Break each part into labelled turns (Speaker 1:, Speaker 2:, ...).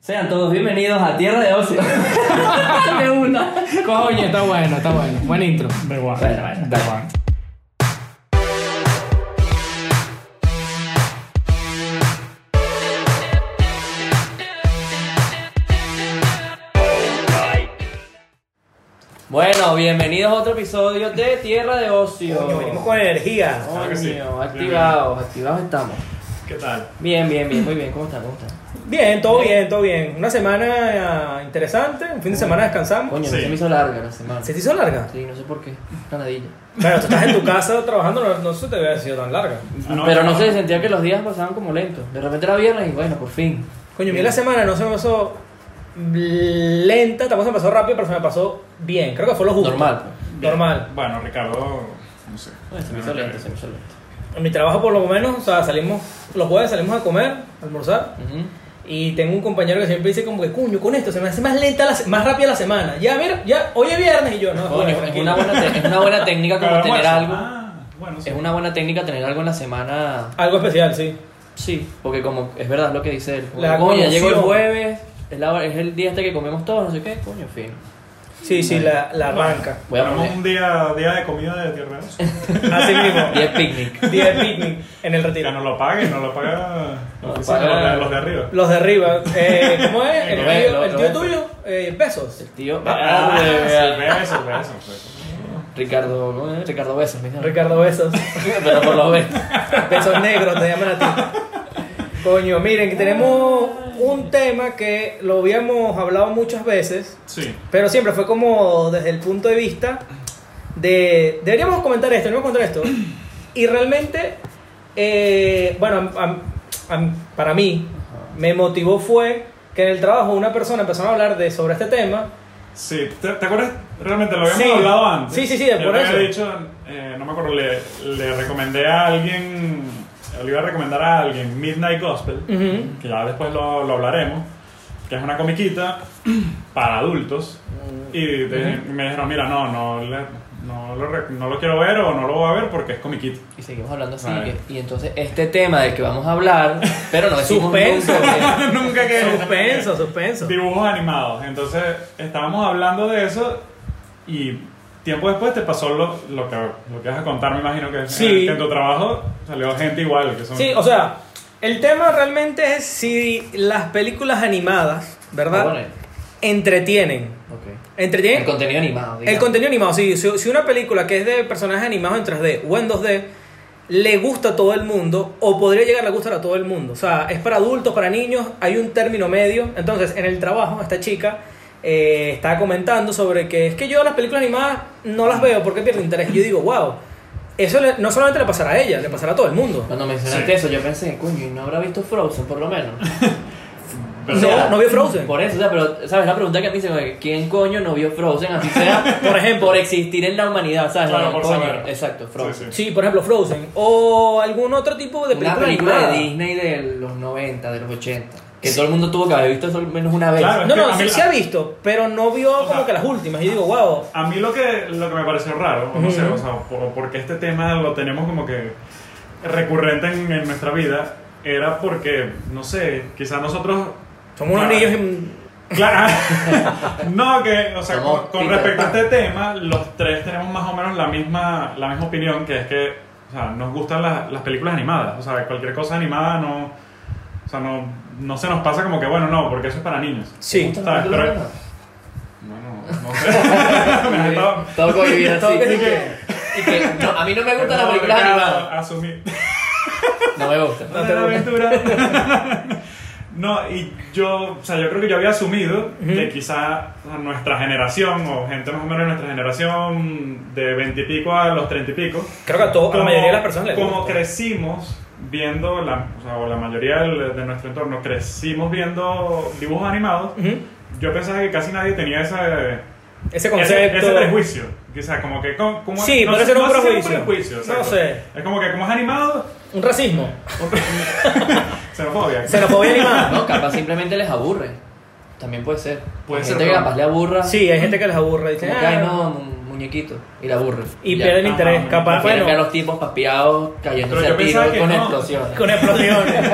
Speaker 1: Sean todos bienvenidos a Tierra de Ocio. Me uno.
Speaker 2: Coño, está bueno, está bueno. Buen intro.
Speaker 3: Da igual.
Speaker 1: Bueno, bueno.
Speaker 3: Da igual.
Speaker 1: Bueno, bienvenidos a otro episodio de Tierra de Ocio.
Speaker 4: Coño, venimos con energía.
Speaker 1: Coño,
Speaker 3: que sí.
Speaker 1: activados, activados estamos.
Speaker 3: ¿Qué tal?
Speaker 1: Bien, bien, bien, muy bien. ¿Cómo están? ¿Cómo están?
Speaker 4: Bien, todo bien, todo bien. Una semana ah, interesante, un fin de semana descansamos.
Speaker 1: Coño, no
Speaker 3: Sí.
Speaker 1: se me hizo larga la semana.
Speaker 4: ¿Se te hizo larga?
Speaker 1: Sí, no sé por qué. Canadilla.
Speaker 4: Bueno, tú estás en tu casa trabajando, no, no se te había sido tan larga.
Speaker 3: Ah, no,
Speaker 1: Pero no
Speaker 3: no.
Speaker 1: sé, sentía que los días pasaban como lentos. De repente era viernes y bueno, por fin.
Speaker 4: Coño, a mí la semana no se me pasó lenta, tampoco se me pasó rápido, pero se me pasó bien. Creo que fue lo justo.
Speaker 1: Normal. pues.
Speaker 4: Normal.
Speaker 3: Bueno, Ricardo, no sé.
Speaker 1: Bueno, se me hizo lento, se me hizo lento.
Speaker 4: En mi trabajo por lo menos, o sea, salimos, los jueves salimos a comer, a almorzar.
Speaker 1: Ujú.
Speaker 4: Y tengo un compañero que siempre dice como que, coño, con esto se me hace más lenta, la se- más rápida la semana. Ya, mira, ya, hoy es viernes y yo, no,
Speaker 1: Coño,
Speaker 4: joder,
Speaker 1: es
Speaker 4: tranquilo.
Speaker 1: una buena, te- es una buena técnica como
Speaker 3: Pero
Speaker 1: tener algo.
Speaker 3: almuerzo. Ah, bueno, sí.
Speaker 1: Es una buena técnica tener algo en la semana.
Speaker 4: Algo especial, sí.
Speaker 1: Sí, porque como es verdad lo que dice él. Coño, ya
Speaker 4: La conmoción.
Speaker 1: llegó el jueves, es, la hora- es el día este que comemos todos, no sé qué, coño, fino.
Speaker 4: Sí, sí, la, la arranca.
Speaker 1: Voy a
Speaker 3: Tenemos
Speaker 1: poner
Speaker 3: un día, día de comida de Tierra de Oso.
Speaker 4: Así mismo.
Speaker 1: 10 picnic.
Speaker 4: Día de picnic en el
Speaker 3: Que
Speaker 4: retiro.
Speaker 3: nos lo pague, nos lo paga la
Speaker 1: Nos lo
Speaker 3: oficina,
Speaker 1: paga-
Speaker 3: los de- los de arriba.
Speaker 4: Los de arriba. Eh, ¿Cómo es? El
Speaker 1: Lo ve, lo-
Speaker 4: tío, el
Speaker 1: lo
Speaker 4: tío
Speaker 1: ve.
Speaker 4: tuyo, eh, besos.
Speaker 1: El tío.
Speaker 3: Ah, sí,
Speaker 1: Ah,
Speaker 3: besos, besos, besos.
Speaker 1: Ricardo, ¿cómo es? Ricardo Besos, me dijeron.
Speaker 4: Ricardo, besos.
Speaker 1: Pero por los besos.
Speaker 4: Besos negros te llaman a ti. Coño, miren, que tenemos un tema que lo habíamos hablado muchas veces,
Speaker 3: Sí.
Speaker 4: pero siempre fue como desde el punto de vista de. Deberíamos comentar esto, deberíamos contar esto. Y realmente, eh, bueno, a- a- a- para mí, me motivó fue que en el trabajo una persona empezó a hablar de, sobre este tema
Speaker 3: Sí, ¿te, te acuerdas? Realmente lo habíamos
Speaker 4: Sí.
Speaker 3: hablado antes.
Speaker 4: Sí, sí, sí, por
Speaker 3: Yo te había
Speaker 4: eso.
Speaker 3: dicho, eh, no me acuerdo, le, le recomendé a alguien, le iba a recomendar a alguien Midnight Gospel,
Speaker 4: Ujú.
Speaker 3: que ya después lo, lo hablaremos, que es una comiquita para adultos.
Speaker 4: Mm.
Speaker 3: Y te- me dijeron, mira, no, no, le- no, lo, re- no lo quiero ver o no lo voy a ver porque es comiquita.
Speaker 1: Y seguimos hablando así.
Speaker 3: Vale.
Speaker 1: que- y entonces, este tema del que vamos a hablar, pero no decimos
Speaker 4: Suspenso.
Speaker 1: nunca que-
Speaker 3: Nunca que...
Speaker 4: Suspenso, suspenso.
Speaker 3: Dibujos animados. Entonces, estábamos hablando de eso y tiempo después te pasó lo, lo que, lo que vas a contar, me imagino que,
Speaker 4: Sí.
Speaker 3: que en tu trabajo salió gente igual. Que son,
Speaker 4: Sí, o sea, el tema realmente es si las películas animadas,
Speaker 1: Ah,
Speaker 4: ¿verdad?
Speaker 1: bueno,
Speaker 4: Entretienen.
Speaker 1: ok. El
Speaker 4: Entretienen.
Speaker 1: contenido animado.
Speaker 4: El
Speaker 1: digamos.
Speaker 4: contenido animado, sí. Si, si una película que es de personajes animados en 3D o en 2D le gusta a todo el mundo o podría llegar a gustar a todo el mundo. O sea, es para adultos, para niños, hay un término medio. Entonces, en el trabajo, esta chica eh, estaba comentando sobre que es que yo las películas animadas no las veo porque pierdo interés. Y yo digo, wow, eso le- no solamente le pasará a ella, le pasará a todo el mundo.
Speaker 1: Cuando mencionaste
Speaker 3: Sí.
Speaker 1: eso, yo pensé, coño, ¿y no habrá visto Frozen por lo menos?
Speaker 3: pero-
Speaker 4: No, no vio Frozen.
Speaker 1: Por eso, o sea, pero, ¿sabes? La pregunta que me dicen, oye, ¿quién coño no vio Frozen? Así sea, por ejemplo, por existir en la humanidad, ¿sabes?
Speaker 3: Claro, por
Speaker 1: Coño,
Speaker 3: saber.
Speaker 1: Exacto, Frozen.
Speaker 3: Sí, sí.
Speaker 4: Sí, por ejemplo, Frozen. O algún otro tipo de película,
Speaker 1: Una película
Speaker 4: animada.
Speaker 1: de Disney de los 90, de los 80. Que todo el mundo tuvo que haber visto eso al menos una vez.
Speaker 3: Claro.
Speaker 4: No,
Speaker 3: Es que
Speaker 4: no,
Speaker 3: a
Speaker 4: sí
Speaker 3: mí-
Speaker 4: se ha visto, pero no vio
Speaker 3: O sea-
Speaker 4: como que las últimas. Y yo digo, wow.
Speaker 3: A mí lo que, lo que me pareció raro, o no sé,
Speaker 4: Ujú.
Speaker 3: o sea, por- porque este tema lo tenemos como que recurrente en, en nuestra vida, era porque, no sé, quizás nosotros...
Speaker 4: Somos unos
Speaker 3: Claro.
Speaker 4: niños en-
Speaker 3: Claro. no, que, o sea,
Speaker 1: Somos
Speaker 3: con, con
Speaker 1: Peter
Speaker 3: respecto a
Speaker 1: Pan.
Speaker 3: este tema, los tres tenemos más o menos la misma, la misma opinión, que es que, o sea, nos gustan las, las películas animadas. O sea, cualquier cosa animada no, o sea, no, no se nos pasa como que, bueno, no, porque eso es para niños.
Speaker 4: Sí.
Speaker 1: ¿Te
Speaker 3: ¿Sabes?
Speaker 1: gustan las
Speaker 3: Pero-
Speaker 1: películas?
Speaker 3: Bueno, no sé. Me ha estado-
Speaker 1: Todo convivido
Speaker 4: Todo
Speaker 1: así.
Speaker 4: que-
Speaker 1: Y que- y que, no, a mí no me gustan las
Speaker 3: No,
Speaker 1: películas
Speaker 3: Ricardo,
Speaker 1: animadas.
Speaker 3: asumí-
Speaker 1: No me gustan.
Speaker 4: No te
Speaker 3: la
Speaker 4: gusta.
Speaker 3: aventura. No, y yo, o sea, yo creo que yo había asumido que quizá o sea, nuestra generación, o gente más o menos de nuestra generación, de 20 y pico a los 30 y pico,
Speaker 4: Creo que a, todo, a la mayoría de las personas les
Speaker 3: como
Speaker 4: gusta.
Speaker 3: crecimos viendo, la, o, sea, o la mayoría del- de nuestro entorno, crecimos viendo dibujos animados,
Speaker 4: Ujú.
Speaker 3: yo pensaba que casi nadie tenía esa...
Speaker 4: Ese
Speaker 3: Ese,
Speaker 4: concepto.
Speaker 3: ese prejuicio, quizás, como que. Como, como-
Speaker 4: Sí,
Speaker 3: no
Speaker 4: pero
Speaker 3: sé-
Speaker 4: ese no es un
Speaker 3: sé si es
Speaker 4: prejuicio.
Speaker 3: prejuicio, exacto.
Speaker 4: No sé.
Speaker 3: Es como que, como es animado,
Speaker 4: Un racismo.
Speaker 3: xenofobia.
Speaker 4: Xenofobia animada.
Speaker 1: No, capaz simplemente les aburre. También puede ser.
Speaker 3: Puede
Speaker 1: Hay
Speaker 3: ser,
Speaker 1: gente que
Speaker 3: claro.
Speaker 1: capaz le aburra.
Speaker 4: Sí, hay gente que les aburre. Dicen,
Speaker 1: Como que hay
Speaker 4: "Ah".
Speaker 1: no, mu- muñequito. Y le aburre.
Speaker 4: Y
Speaker 1: Ya.
Speaker 4: pierden
Speaker 3: Ajá,
Speaker 4: interés.
Speaker 3: me
Speaker 1: Prefieren
Speaker 4: Capaz,
Speaker 1: ver a
Speaker 4: Ah, bueno,
Speaker 1: los tipos papeados cayéndose
Speaker 3: Pero yo
Speaker 1: a tiros
Speaker 3: pensaba que
Speaker 1: con
Speaker 3: no.
Speaker 1: explosiones.
Speaker 4: con explosiones.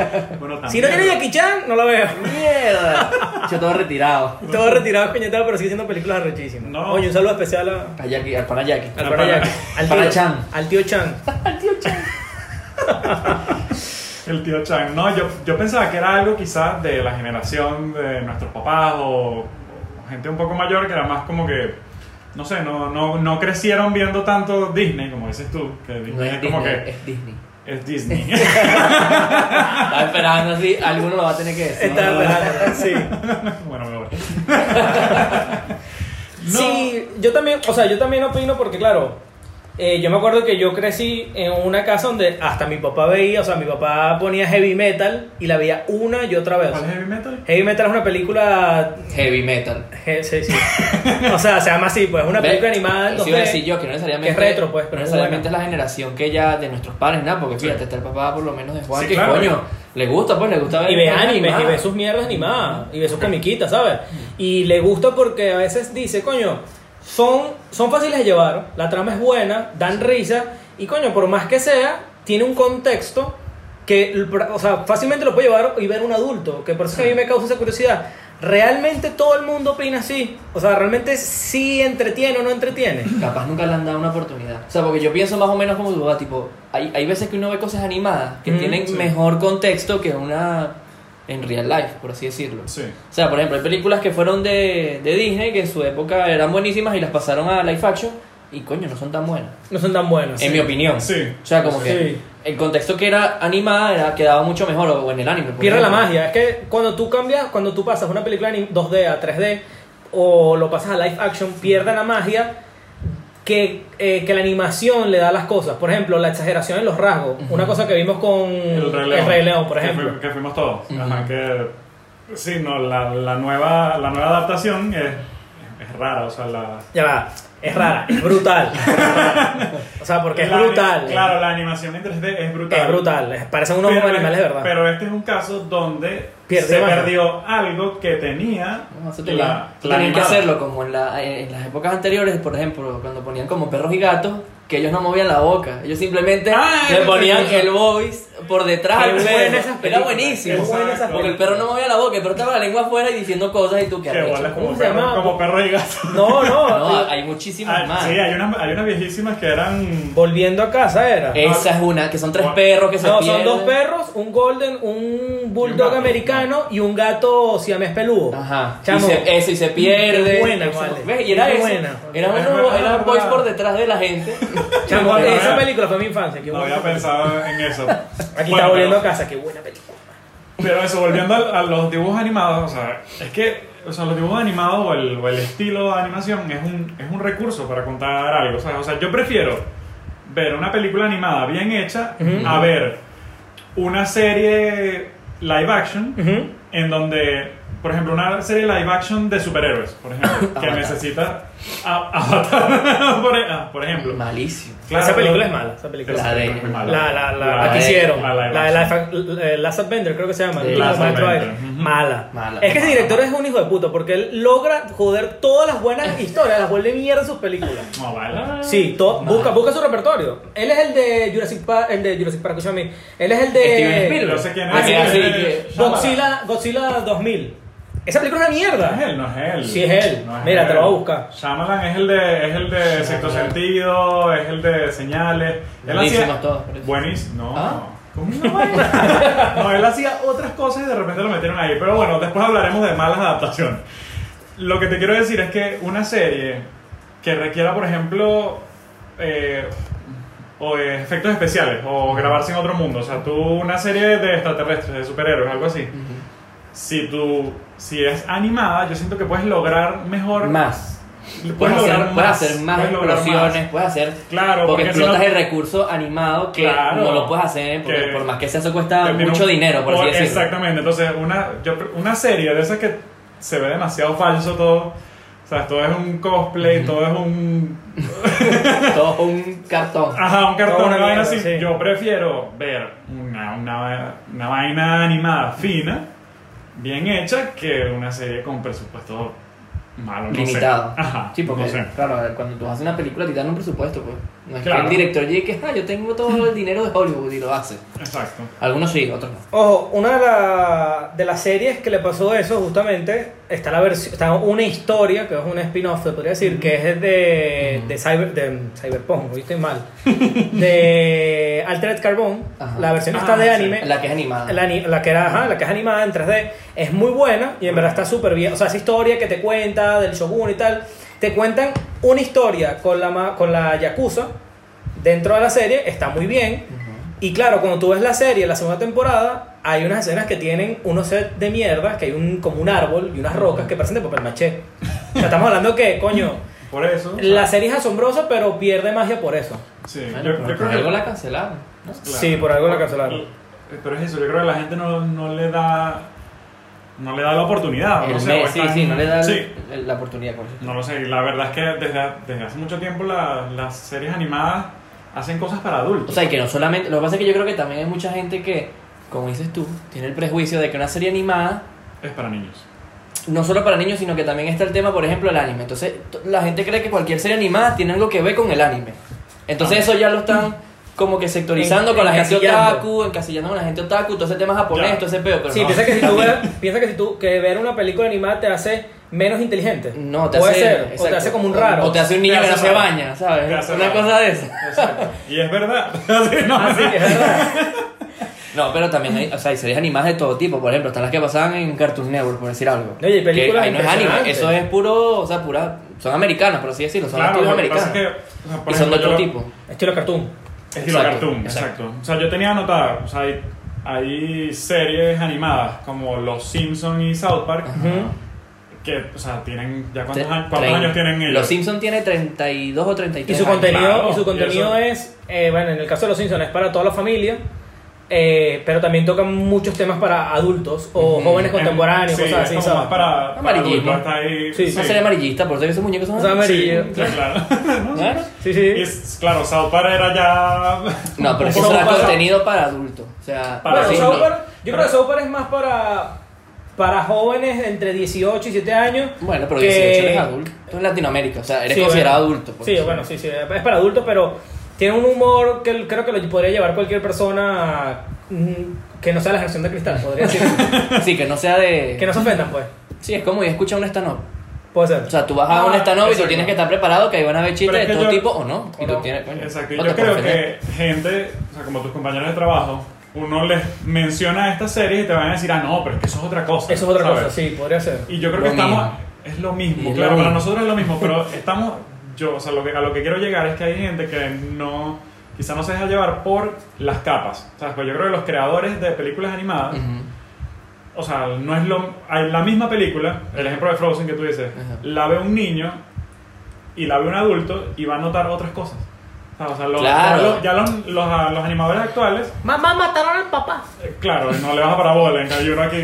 Speaker 3: Bueno,
Speaker 4: si no
Speaker 3: también.
Speaker 4: tiene Jackie Chan, no la veo.
Speaker 1: ¡Mierda! Yo todo retirado.
Speaker 4: Todo retirado, coñetado, pero sigue siendo películas arrechísimas.
Speaker 3: No. Ah,
Speaker 4: Oye, un saludo especial a-
Speaker 1: A Jackie, al pana Jackie.
Speaker 4: al
Speaker 3: Al
Speaker 4: pana
Speaker 3: pana-
Speaker 4: Jack, al
Speaker 1: pana
Speaker 4: tío
Speaker 1: Chan.
Speaker 4: Al tío Chan.
Speaker 3: El tío Chan. No, yo, yo pensaba que era algo quizás de la generación de nuestros papás o, o gente un poco mayor que era más como que, no sé, no, no, no crecieron viendo tanto Disney, como dices tú, que Disney
Speaker 1: No
Speaker 3: es,
Speaker 1: es
Speaker 3: como
Speaker 1: Disney,
Speaker 3: que
Speaker 1: es Disney.
Speaker 3: es Disney.
Speaker 1: Estaba esperando así, alguno lo va a tener que decir.
Speaker 4: Está verdad, sí.
Speaker 3: bueno, me voy.
Speaker 4: Sí, yo también, o sea, yo también opino porque, claro, eh, yo me acuerdo que yo crecí en una casa donde hasta mi papá veía, o sea, mi papá ponía heavy metal y la veía una y otra vez.
Speaker 3: ¿Cuál es heavy metal?
Speaker 4: Heavy metal es una película.
Speaker 1: Heavy metal.
Speaker 4: je- Sí, sí. O sea, se llama así, pues, es una
Speaker 1: Ve,
Speaker 4: película animada.
Speaker 1: Eso iba a
Speaker 4: entonces-
Speaker 1: decir yo, que no necesariamente.
Speaker 4: que es retro, pues, pero
Speaker 1: no necesariamente
Speaker 4: bueno.
Speaker 1: es la generación que ya de nuestros padres, nada, porque fíjate, está el papá por lo menos de Juan,
Speaker 3: Sí,
Speaker 1: que
Speaker 3: claro.
Speaker 1: coño, le gusta, pues, le gusta ver.
Speaker 4: Y ve
Speaker 1: cosas
Speaker 4: animes, y
Speaker 1: animadas.
Speaker 4: ve sus mierdas animadas, y ve sus comiquitas, ¿sabes? Y le gusta porque a veces dice, coño, son, son fáciles de llevar, la trama es buena, dan risa, y coño, por más que sea, tiene un contexto que, l- pra- o sea, fácilmente lo puede llevar y ver un adulto, que por eso que a mí me causa esa curiosidad. ¿Realmente todo el mundo opina así? O sea, ¿realmente sí entretiene o no entretiene?
Speaker 1: Capaz nunca le han dado una oportunidad. O sea, porque yo pienso más o menos como tu papá, tipo, hay, hay veces que uno ve cosas animadas que
Speaker 4: Mm,
Speaker 1: tienen
Speaker 3: sí.
Speaker 1: mejor contexto que una en real life, por así decirlo.
Speaker 3: Sí.
Speaker 1: O sea, por ejemplo, hay películas que fueron de, de Disney que en su época eran buenísimas y las pasaron a live action y coño, no son tan buenas.
Speaker 4: No son tan buenos.
Speaker 1: En mi opinión.
Speaker 3: Sí.
Speaker 1: O sea, como
Speaker 4: Sí.
Speaker 1: que el contexto que era animada era, quedaba mucho mejor o en el anime. por
Speaker 4: Pierde la
Speaker 1: ejemplo.
Speaker 4: magia. Es que cuando tú cambias, cuando tú pasas una película en 2D a 3D o lo pasas a live action, pierde la magia que, eh, que la animación le da a las cosas. Por ejemplo, la exageración en los rasgos. Una cosa que vimos con
Speaker 3: El Rey León.
Speaker 4: por
Speaker 3: Que
Speaker 4: ejemplo.
Speaker 3: fui- Que, fuimos todos.
Speaker 1: Ujú.
Speaker 3: Ajá, que. Sí, no, la, la, nueva, la nueva adaptación es, es rara, o sea, la.
Speaker 4: Ya va. Es rara, es brutal. o sea, porque es
Speaker 3: la-
Speaker 4: brutal.
Speaker 3: Claro, la animación en 3D es brutal.
Speaker 4: Es brutal. es- Parecen unos
Speaker 3: Pero es-
Speaker 4: animales, de ¿verdad?
Speaker 3: Pero este es un caso donde
Speaker 4: Pierde
Speaker 3: se
Speaker 4: magia.
Speaker 3: perdió algo que tenía.
Speaker 1: No, eso
Speaker 3: la-
Speaker 1: tenía-
Speaker 3: la
Speaker 1: tenían que
Speaker 3: animada.
Speaker 1: hacerlo como en, la- en las épocas anteriores, por ejemplo, cuando ponían como perros y gatos, que ellos no movían la boca, ellos simplemente
Speaker 3: Ah,
Speaker 1: le
Speaker 3: eso
Speaker 1: ponían
Speaker 3: sí.
Speaker 1: el voice por detrás
Speaker 4: Qué
Speaker 1: al
Speaker 4: Ah, buena
Speaker 1: perro.
Speaker 4: esas
Speaker 1: Era
Speaker 4: películas,
Speaker 1: buenísimo.
Speaker 4: qué buena esas
Speaker 1: Porque el
Speaker 4: películas.
Speaker 1: perro no movía la boca, el perro estaba la lengua afuera y diciendo cosas y tú qué
Speaker 3: Que
Speaker 1: arrecho?
Speaker 3: bolas como
Speaker 4: ¿Cómo se
Speaker 3: perro,
Speaker 4: llama?
Speaker 3: como perro y gato.
Speaker 4: No, no.
Speaker 1: No, hay
Speaker 3: Ah,
Speaker 1: muchísimas más.
Speaker 3: sí, hay unas, hay unas viejísimas que eran.
Speaker 4: Volviendo a casa era.
Speaker 1: Esa es una, que son tres
Speaker 3: No,
Speaker 1: perros que se
Speaker 4: No, son
Speaker 1: pierden.
Speaker 4: dos perros, un golden, un bulldog
Speaker 3: gato,
Speaker 4: americano y un gato siamés peludo.
Speaker 1: Ajá.
Speaker 4: Chamo,
Speaker 1: y se, eso, y se pierde.
Speaker 4: Qué buena,
Speaker 1: Eso.
Speaker 4: vale.
Speaker 1: ¿Ves? Y era
Speaker 4: Qué
Speaker 1: eso.
Speaker 4: buena.
Speaker 1: Era
Speaker 3: Es
Speaker 1: uno,
Speaker 3: verdad,
Speaker 1: era un
Speaker 3: es
Speaker 1: voice
Speaker 3: verdad.
Speaker 1: por detrás de la gente.
Speaker 4: Chamo,
Speaker 3: No,
Speaker 4: esa
Speaker 3: no,
Speaker 4: película fue mi infancia. Qué
Speaker 3: No
Speaker 4: buena.
Speaker 3: había pensado en eso.
Speaker 4: Aquí
Speaker 3: Bueno,
Speaker 4: está volviendo
Speaker 3: pero-
Speaker 4: a casa, qué buena película.
Speaker 3: Pero eso, volviendo a, a los dibujos animados, o sea, es que o sea, los dibujos animados o el, o el estilo de animación es un, es un recurso para contar algo, ¿sabes? O sea, yo prefiero ver una película animada bien hecha a ver una serie live action
Speaker 4: Ujú.
Speaker 3: en donde, por ejemplo, una serie live action de superhéroes, por ejemplo, que
Speaker 1: Avatar.
Speaker 3: necesita a- Avatar, por, e- ah, por ejemplo.
Speaker 1: Malísimo.
Speaker 3: Claro,
Speaker 4: esa película
Speaker 3: pero-
Speaker 4: es mala, esa película.
Speaker 1: La de-
Speaker 3: película es muy
Speaker 4: La,
Speaker 3: mala.
Speaker 4: la, la, la
Speaker 1: de-
Speaker 4: que hicieron.
Speaker 3: la
Speaker 4: La
Speaker 3: live
Speaker 4: de Life- eh, Last Adventure, creo que se llama.
Speaker 1: Sí.
Speaker 4: el
Speaker 3: Last
Speaker 4: maestro
Speaker 3: Adventure,
Speaker 4: Aire.
Speaker 3: ujú.
Speaker 4: Mala.
Speaker 1: Mala,
Speaker 4: Es que ese
Speaker 1: mala,
Speaker 4: director
Speaker 1: mala.
Speaker 4: es un hijo de puta porque él logra joder todas las buenas historias, las vuelve mierda en sus películas.
Speaker 3: No, vale.
Speaker 4: Sí, to-
Speaker 1: Mal.
Speaker 4: busca, busca su repertorio. Él es el de Jurassic Park, el de Jurassic Park, escúchame a mí. Él es el de
Speaker 1: Steven Spielberg.
Speaker 3: No sé
Speaker 4: Ah,
Speaker 3: quién es.
Speaker 1: Así, así, que-
Speaker 4: Godzilla, Godzilla 2000. Esa película es una
Speaker 3: No es
Speaker 4: mierda.
Speaker 3: él, no es él.
Speaker 4: Sí, es él. Mira, te lo voy a buscar.
Speaker 3: Shyamalan es el de, es el de sexto sentido, es el de señales. Él
Speaker 1: Buenísimos
Speaker 3: hacía...
Speaker 1: todos, pero-
Speaker 3: Buenísimo. No.
Speaker 1: ¿Ah?
Speaker 3: ¿Cómo no, vaya? no, él hacía otras cosas y de repente lo metieron ahí. Pero bueno, después hablaremos de malas adaptaciones. Lo que te quiero decir es que una serie que requiera, por ejemplo, eh, o eh, efectos especiales o grabarse en otro mundo, o sea, tú una serie de extraterrestres, de superhéroes, algo así si tú si es animada, yo siento que puedes lograr mejor.
Speaker 1: Más.
Speaker 3: Puedes
Speaker 1: Puedes
Speaker 3: lograr
Speaker 1: hacer, puedes hacer más
Speaker 3: puedes lograr
Speaker 1: explosiones, puedes hacer. porque,
Speaker 3: Claro, porque si
Speaker 1: explotas
Speaker 3: no-
Speaker 1: el recurso animado que
Speaker 3: Claro.
Speaker 1: no lo puedes hacer, porque
Speaker 3: Que-
Speaker 1: por más que sea, eso
Speaker 3: más.
Speaker 1: cuesta
Speaker 3: Termina
Speaker 1: mucho
Speaker 3: un-
Speaker 1: dinero, por así decirlo.
Speaker 3: Exactamente. Entonces, una, yo, una serie de esas que se ve demasiado falso todo. O sea, todo es un cosplay, todo es un.
Speaker 1: Todo un cartón.
Speaker 3: Ajá, un cartón,
Speaker 4: Todo
Speaker 3: una
Speaker 4: una
Speaker 3: vaina
Speaker 4: mierda,
Speaker 3: así.
Speaker 4: sí.
Speaker 3: Yo prefiero ver una, una, una vaina animada fina, bien hecha, que una serie con presupuesto malo. no sé.
Speaker 1: limitado.
Speaker 3: Ajá.
Speaker 1: Sí, porque,
Speaker 3: no sé.
Speaker 1: claro, cuando tú haces una película, te dan un presupuesto, pues. No es
Speaker 3: Claro.
Speaker 1: que el director llegue que, ah, yo tengo todo el dinero de Hollywood y lo hace.
Speaker 3: Exacto.
Speaker 1: Algunos sí, otros no.
Speaker 4: Ojo, una de, la- de las series que le pasó eso justamente está la versión, está una historia que es un spin-off, se podría decir, que es de, de, cyber, de mm, Cyberpunk, hoy estoy mal, de Altered Carbon,
Speaker 1: Ajá.
Speaker 4: la versión
Speaker 3: Ah,
Speaker 4: está de
Speaker 3: sí.
Speaker 4: anime,
Speaker 1: La que es animada.
Speaker 4: la, ani- la que era, ajá, la que es animada en 3D, es muy buena y en verdad está súper bien. O sea, esa historia que te cuenta del Shogun y tal, te cuentan una historia con la, ma- con la Yakuza dentro de la serie, está muy bien. Y claro, cuando tú ves la serie, la segunda temporada, hay unas escenas que tienen unos sets de mierda, que hay un, como un árbol y unas rocas que parecen de papel maché. O sea, estamos hablando que, coño,
Speaker 3: Por eso. o sea,
Speaker 4: la serie es asombrosa, pero pierde magia por eso.
Speaker 3: Sí,
Speaker 1: Bueno,
Speaker 3: yo,
Speaker 1: pero
Speaker 3: yo
Speaker 1: por
Speaker 3: creo que.
Speaker 1: algo la cancelaron. ¿no?
Speaker 3: Claro. eh,
Speaker 4: Sí, por algo la cancelaron.
Speaker 3: Pero es eso, yo creo que la gente no, no le da. No le da la oportunidad.
Speaker 1: El
Speaker 3: Ah, no sé,
Speaker 1: mes,
Speaker 3: o
Speaker 1: sí,
Speaker 3: están-
Speaker 1: sí, no le da el-
Speaker 3: Sí,
Speaker 1: el- la oportunidad. Con
Speaker 3: No lo sé, y la verdad es que desde, desde hace mucho tiempo la- las series animadas hacen cosas para adultos.
Speaker 1: O sea, y que no solamente. Lo que pasa es que yo creo que también hay mucha gente que, como dices tú, tiene el prejuicio de que una serie animada
Speaker 3: es para niños.
Speaker 1: no solo para niños, sino que también está el tema, por ejemplo, el anime. Entonces, t- la gente cree que cualquier serie animada tiene algo que ver con el anime. Entonces, eso ya lo están como que sectorizando
Speaker 4: En-
Speaker 1: con la gente
Speaker 4: encasillando.
Speaker 1: otaku, encasillando con la gente otaku, todo ese tema japonés,
Speaker 3: Ya.
Speaker 1: todo ese peo, pero
Speaker 4: Sí,
Speaker 1: no.
Speaker 4: piensa que si tú ver, piensa que si tú que ver una película animada te hace menos inteligente.
Speaker 1: No, te
Speaker 4: Puede
Speaker 1: hace,
Speaker 4: ser, o te
Speaker 1: exacto.
Speaker 4: hace como un raro.
Speaker 1: O te hace un
Speaker 3: Te
Speaker 1: niño que
Speaker 3: hace
Speaker 1: no se
Speaker 3: raro.
Speaker 1: baña,
Speaker 3: Te
Speaker 1: ¿sabes?
Speaker 3: hace
Speaker 1: Una
Speaker 3: raro.
Speaker 1: cosa de esa.
Speaker 3: Exacto. Y es verdad. Sí, no,
Speaker 4: Ah, sí, es verdad.
Speaker 1: No, pero también hay, o sea, hay series animadas de todo tipo. Por ejemplo, están las que pasaban en Cartoon Network, por decir algo.
Speaker 4: Oye, y películas
Speaker 1: Que ahí no es anime,
Speaker 4: impresionantes.
Speaker 1: eso es puro, o sea, pura. Son americanas, por así decirlo, son
Speaker 3: Claro,
Speaker 1: activos
Speaker 3: lo que pasa es
Speaker 1: americanos.
Speaker 3: que. o sea, por
Speaker 1: y son de
Speaker 3: ejemplo,
Speaker 1: otro
Speaker 3: yo-
Speaker 1: tipo.
Speaker 4: Estilo cartoon.
Speaker 3: Estilo
Speaker 1: Exacto,
Speaker 3: cartoon,
Speaker 1: exacto.
Speaker 3: exacto. O sea, yo tenía anotada, o sea, hay, hay series animadas como Los Simpsons y South Park, que, o sea, tienen, ya cuántos,
Speaker 1: Tre-
Speaker 3: años, cuántos
Speaker 1: trein-
Speaker 3: años tienen ellos.
Speaker 1: Los Simpson tiene 32 o 33
Speaker 4: Y su
Speaker 1: años.
Speaker 4: contenido,
Speaker 3: claro,
Speaker 4: y su
Speaker 3: y
Speaker 4: contenido es, eh, bueno, en el caso de los Simpsons es para toda la familia, eh, pero también tocan muchos temas para adultos o
Speaker 1: Ujú. Em,
Speaker 4: jóvenes contemporáneos,
Speaker 3: Sí,
Speaker 4: cosas
Speaker 3: es
Speaker 4: así,
Speaker 3: como
Speaker 4: ¿sabes?
Speaker 3: más para, para
Speaker 1: Amarillismo.
Speaker 3: adultos, está ahí.
Speaker 4: Sí,
Speaker 1: Una serie amarillista, por eso que esos muñecos son
Speaker 4: O sea,
Speaker 3: Sí,
Speaker 4: amarillo.
Speaker 3: sí, claro.
Speaker 1: Claro.
Speaker 4: Sí,
Speaker 3: Y
Speaker 4: sí.
Speaker 3: es- claro, South Park era ya.
Speaker 1: No, pero
Speaker 3: un
Speaker 1: eso
Speaker 3: poco
Speaker 1: era
Speaker 3: más-
Speaker 1: contenido para adultos. O sea,
Speaker 3: Para
Speaker 1: sí,
Speaker 4: bueno,
Speaker 3: adultos.
Speaker 1: no.
Speaker 4: South Park- yo creo que South Park es más para, para jóvenes entre 18 y 7 años.
Speaker 1: Bueno, pero
Speaker 4: que-
Speaker 1: 18 eres adulto en Latinoamérica, o sea, eres
Speaker 4: Sí,
Speaker 1: considerado
Speaker 4: bueno.
Speaker 1: adulto. pues. por
Speaker 4: Sí,
Speaker 1: decir.
Speaker 4: bueno, sí, sí, es para adultos, pero tiene un humor que l- creo que lo podría llevar cualquier persona mm, que no sea la generación de cristal, podría decir.
Speaker 1: Sí, que no sea de.
Speaker 4: que no se ofendan, pues.
Speaker 1: Sí, es como ir a escuchar un stand-up.
Speaker 4: Puede ser.
Speaker 1: O sea, tú vas a un
Speaker 3: Ah,
Speaker 1: stand-up y tú
Speaker 3: exacto.
Speaker 1: tienes que estar preparado que ahí van a haber chistes
Speaker 3: Pero
Speaker 1: de
Speaker 3: es que
Speaker 1: todo
Speaker 3: yo-
Speaker 1: tipo o no. Y
Speaker 4: o
Speaker 1: tú
Speaker 4: no.
Speaker 1: tienes, coño,
Speaker 3: Exacto, y
Speaker 1: no
Speaker 3: yo
Speaker 1: te puedes
Speaker 3: creo
Speaker 1: ofender.
Speaker 3: que gente, o sea, como tus compañeros de trabajo, uno les menciona estas series y te van a decir, ah, no, pero es que eso es otra cosa.
Speaker 4: Eso es otra
Speaker 3: ¿sabes?
Speaker 4: cosa, sí, podría ser.
Speaker 3: Y yo creo
Speaker 1: Lo
Speaker 3: que estamos.
Speaker 1: mismo.
Speaker 3: Es lo mismo,
Speaker 1: Es lo
Speaker 3: claro, para
Speaker 1: mismo.
Speaker 3: nosotros es lo mismo, pero estamos. Yo, o sea, lo que, a lo que quiero llegar es que hay gente que no. Quizá no se deja llevar por las capas. O sea, pues yo creo que los creadores de películas animadas.
Speaker 1: Ujú.
Speaker 3: O sea, no es lo. Hay la misma película, el ejemplo de Frozen que tú dices,
Speaker 1: Ajá.
Speaker 3: la ve un niño y la ve un adulto y va a notar otras cosas. O sea, los-
Speaker 1: Claro.
Speaker 3: los- ya los, los, a- los animadores actuales,
Speaker 4: Mamá, mataron al papá.
Speaker 3: eh, claro, no le vas a parar bola, en cambio uno aquí.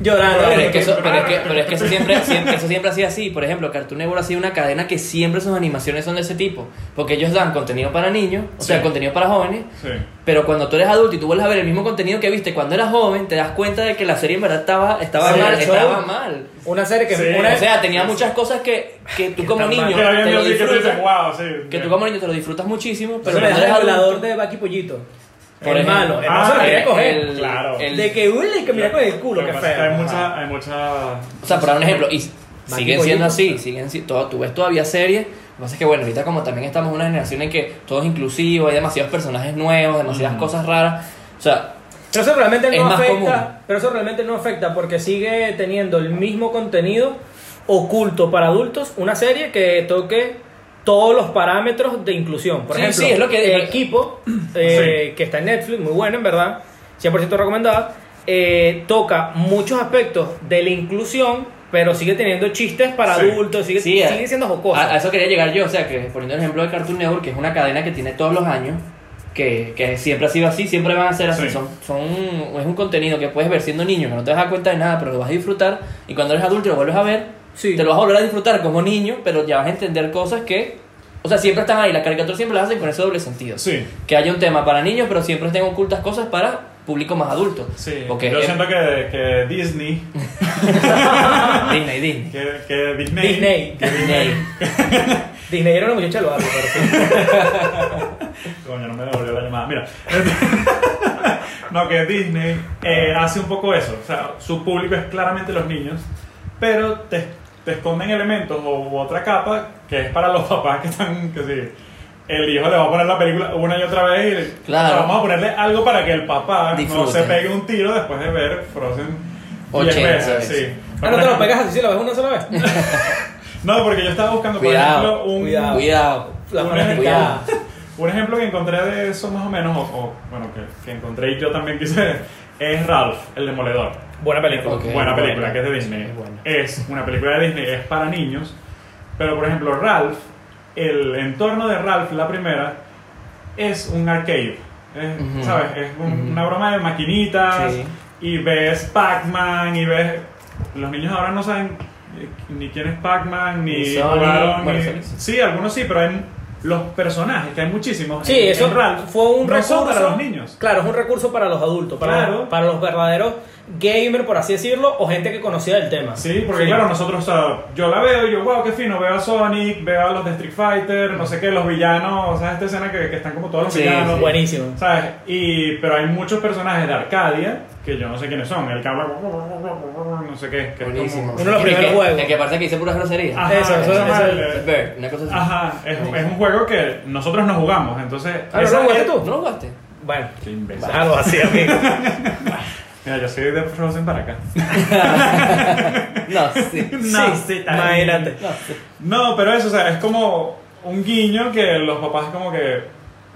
Speaker 4: Llorando.
Speaker 1: Pero es que eso, pero es que, pero es que eso siempre, siempre- eso siempre ha sido así. Por ejemplo, Cartoon Network ha sido una cadena que siempre sus animaciones son de ese tipo. Porque ellos dan contenido para niños, o sea,
Speaker 3: Sí.
Speaker 1: contenido para jóvenes.
Speaker 3: Sí.
Speaker 1: Pero cuando tú eres adulto y tú vuelves a ver el mismo contenido que viste cuando eras joven, te das cuenta de que la serie en verdad estaba, estaba
Speaker 4: Sí,
Speaker 1: mal.
Speaker 4: el show.
Speaker 1: Estaba mal.
Speaker 4: Una serie que
Speaker 3: Sí.
Speaker 4: una-
Speaker 1: O sea, tenía muchas cosas que, que tú como
Speaker 4: están mal.
Speaker 1: niño
Speaker 3: Que la habían
Speaker 1: te lo
Speaker 3: visto así que tú
Speaker 1: disfrutas.
Speaker 3: dices, wow, sí.
Speaker 1: Que tú
Speaker 3: bien.
Speaker 1: como niño te lo disfrutas muchísimo, pero
Speaker 4: le
Speaker 1: cuando
Speaker 4: das el
Speaker 1: eres
Speaker 4: volador
Speaker 1: adulto...
Speaker 4: de Baki Pollito.
Speaker 1: Por
Speaker 4: el
Speaker 1: ejemplo.
Speaker 4: malo, el
Speaker 3: Ah,
Speaker 4: malo se lo quería
Speaker 3: el-
Speaker 4: coger.
Speaker 1: Eh, el-
Speaker 3: Claro.
Speaker 1: el-
Speaker 4: de que huele y que mira con el culo,
Speaker 3: Lo
Speaker 4: qué
Speaker 3: que pasa es que
Speaker 4: feo.
Speaker 3: Hay
Speaker 4: Ajá.
Speaker 3: mucha. Hay mucha
Speaker 1: O sea, para un ejemplo, y siguen
Speaker 4: Pollito.
Speaker 1: siendo así, siguen si- todo, tú ves todavía series, lo que pasa es que bueno, ahorita como también estamos en una generación en que todo es inclusivo, hay demasiados personajes nuevos, demasiadas cosas raras, o sea,
Speaker 4: Pero eso realmente
Speaker 1: Es
Speaker 4: no
Speaker 1: más
Speaker 4: afecta.
Speaker 1: común.
Speaker 4: Pero eso realmente no afecta porque sigue teniendo el mismo contenido oculto para adultos, una serie que toque todos los parámetros de inclusión. Por
Speaker 1: Sí,
Speaker 4: ejemplo,
Speaker 1: sí, es lo que-
Speaker 4: equipo eh, que está en Netflix, muy bueno en verdad, 100% recomendada, eh, toca muchos aspectos de la inclusión, pero sigue teniendo chistes para
Speaker 3: Sí.
Speaker 4: adultos, sigue,
Speaker 1: Sí, eh,
Speaker 4: sigue siendo jocoso.
Speaker 1: a, a eso quería llegar yo, o sea, que poniendo el ejemplo de Cartoon Network, que es una cadena que tiene todos los años, que, que siempre ha sido así, siempre van a ser así,
Speaker 3: Sí.
Speaker 1: son, son un- es un contenido que puedes ver siendo niño, que no te vas a dar cuenta de nada, pero lo vas a disfrutar, y cuando eres adulto y lo vuelves a ver,
Speaker 4: Sí.
Speaker 1: te lo vas a volver a disfrutar como niño, pero ya vas a entender cosas que, o sea, siempre están ahí, la caricatura siempre la hacen con ese doble sentido.
Speaker 3: Sí.
Speaker 1: que haya un tema para niños, pero siempre estén ocultas cosas para público más adulto.
Speaker 3: Sí.
Speaker 1: Porque
Speaker 3: Yo
Speaker 1: es-
Speaker 3: siento que, que Disney.
Speaker 1: Disney, Disney.
Speaker 3: Que, que Disney.
Speaker 4: Disney.
Speaker 1: Disney.
Speaker 4: Disney era una muchacha lo barrio, pero sí.
Speaker 3: Coño, no me devolvió la llamada. Mira. no, que Disney eh, hace un poco eso. O sea, su público es claramente los niños, pero te, te esconden elementos o u otra capa que es para los papás que están. que sí. El hijo le va a poner la película una y otra vez y le-
Speaker 1: Claro.
Speaker 3: o sea, vamos a ponerle algo para que el papá no
Speaker 1: Disfrute.
Speaker 3: se pegue un tiro después de ver Frozen 10
Speaker 1: 80
Speaker 3: veces.
Speaker 1: veces.
Speaker 3: Sí.
Speaker 4: Ah, no te lo pegas así si lo ves una sola vez.
Speaker 3: No, porque yo estaba buscando,
Speaker 1: Cuidado,
Speaker 3: por ejemplo, un,
Speaker 4: cuidado.
Speaker 1: Cuidado.
Speaker 4: La
Speaker 3: Un
Speaker 4: pones en
Speaker 3: ejemplo.
Speaker 4: cada-
Speaker 3: Un ejemplo que encontré de eso más o menos, o, o, bueno, que, que encontré y yo también quise, es Ralph, el demoledor.
Speaker 4: Buena película.
Speaker 1: Ok.
Speaker 3: buena película, que es de Disney.
Speaker 1: es buena.
Speaker 3: Es una película de Disney, es para niños, pero por ejemplo Ralph, el entorno de Ralph, la primera, es un arcade. Es,
Speaker 1: Ujú.
Speaker 3: ¿Sabes? Es un- una broma de maquinitas
Speaker 4: Sí.
Speaker 3: y ves Pac-Man y ves... Los niños ahora no saben eh, ni quién es Pac-Man, ni
Speaker 1: Ni Sonic,
Speaker 3: jugaron,
Speaker 1: bueno,
Speaker 3: ni-
Speaker 1: Sonic sí.
Speaker 3: Sí, algunos sí, pero hay los personajes, que hay muchísimos.
Speaker 4: Sí,
Speaker 3: en-
Speaker 4: eso
Speaker 3: en Ralph,
Speaker 4: fue un
Speaker 3: Eh, no
Speaker 4: recurso
Speaker 3: son para los niños.
Speaker 4: Claro, es un recurso para los adultos, para,
Speaker 3: Claro.
Speaker 4: para los verdaderos gamer, por así decirlo, o gente que conocía del tema.
Speaker 3: Sí, porque claro, nosotros, o sea, yo la veo y yo, wow, qué fino, veo a Sonic, veo a los de Street Fighter, no sé qué, los villanos, o sea, esta escena que, que están como todos los
Speaker 1: Sí,
Speaker 3: villanos.
Speaker 1: sí.
Speaker 4: Buenísimo.
Speaker 3: ¿Sabes? Y, pero hay muchos personajes de Arcadia que yo no sé quiénes son. El que habla, no sé qué, que es como-
Speaker 1: Buenísimo.
Speaker 4: Uno de los
Speaker 1: El
Speaker 4: primeros
Speaker 1: que-
Speaker 4: juegos.
Speaker 1: El que parece que dice puras groserías.
Speaker 3: Ajá,
Speaker 4: Eso, eso,
Speaker 3: ese
Speaker 4: eso.
Speaker 3: es el-
Speaker 1: El Bird, una cosa así.
Speaker 3: Ajá, es, es un juego que nosotros no jugamos, entonces.
Speaker 4: Ah, ¿no
Speaker 3: esa-
Speaker 4: lo jugaste
Speaker 3: es-
Speaker 4: tú?
Speaker 1: ¿No lo jugaste?
Speaker 4: Bueno,
Speaker 3: Qué imbécil.
Speaker 4: algo así, amigo.
Speaker 3: Mira, yo soy de Frozen para acá.
Speaker 1: No, sí.
Speaker 3: No, sí, tal.
Speaker 4: imagínate.
Speaker 1: No, sí.
Speaker 3: No, pero eso, o sea, es como un guiño que los papás como que,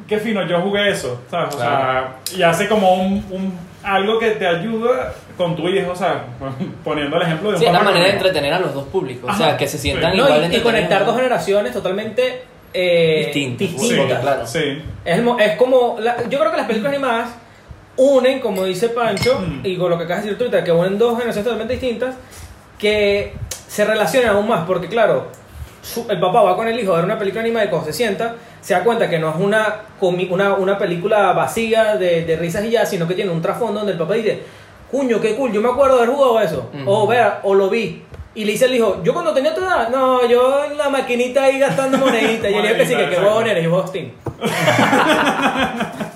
Speaker 3: qué fino, yo jugué eso, ¿sabes? O
Speaker 1: Claro.
Speaker 3: sea, y hace como un, un- algo que te ayuda con tu hijo, o sea, poniendo el ejemplo de un
Speaker 1: Sí, es la
Speaker 3: papá
Speaker 1: manera de
Speaker 3: como-
Speaker 1: entretener a los dos públicos. O
Speaker 3: Ajá.
Speaker 1: sea, que se sientan
Speaker 3: Sí.
Speaker 4: No,
Speaker 1: igual
Speaker 4: y- y,
Speaker 1: entretenidos.
Speaker 4: conectar dos generaciones totalmente eh,
Speaker 1: Distintas.
Speaker 3: Sí,
Speaker 1: Porque,
Speaker 4: distintas.
Speaker 1: claro.
Speaker 3: sí.
Speaker 4: Es, mo- es como, la- yo creo que las películas animadas unen, como dice Pancho, y con lo que acabas de decir tú ahorita, que unen dos generaciones totalmente distintas, que se relacionan aún más, porque claro, su- el papá va con el hijo a ver una película animada y cuando se sienta, se da cuenta que no es una, comi- una, una película vacía de, de risas y ya, sino que tiene un trasfondo donde el papá dice, cuño, qué cool, yo me acuerdo de haber jugado eso,
Speaker 1: Ujú.
Speaker 4: o vea, o lo vi. Y le dice al hijo, yo cuando tenía tu edad, no, yo en la maquinita ahí gastando moneditas, y el hijo que sí, que qué
Speaker 3: Moneditas,
Speaker 4: huevón eres, y vos, Tim.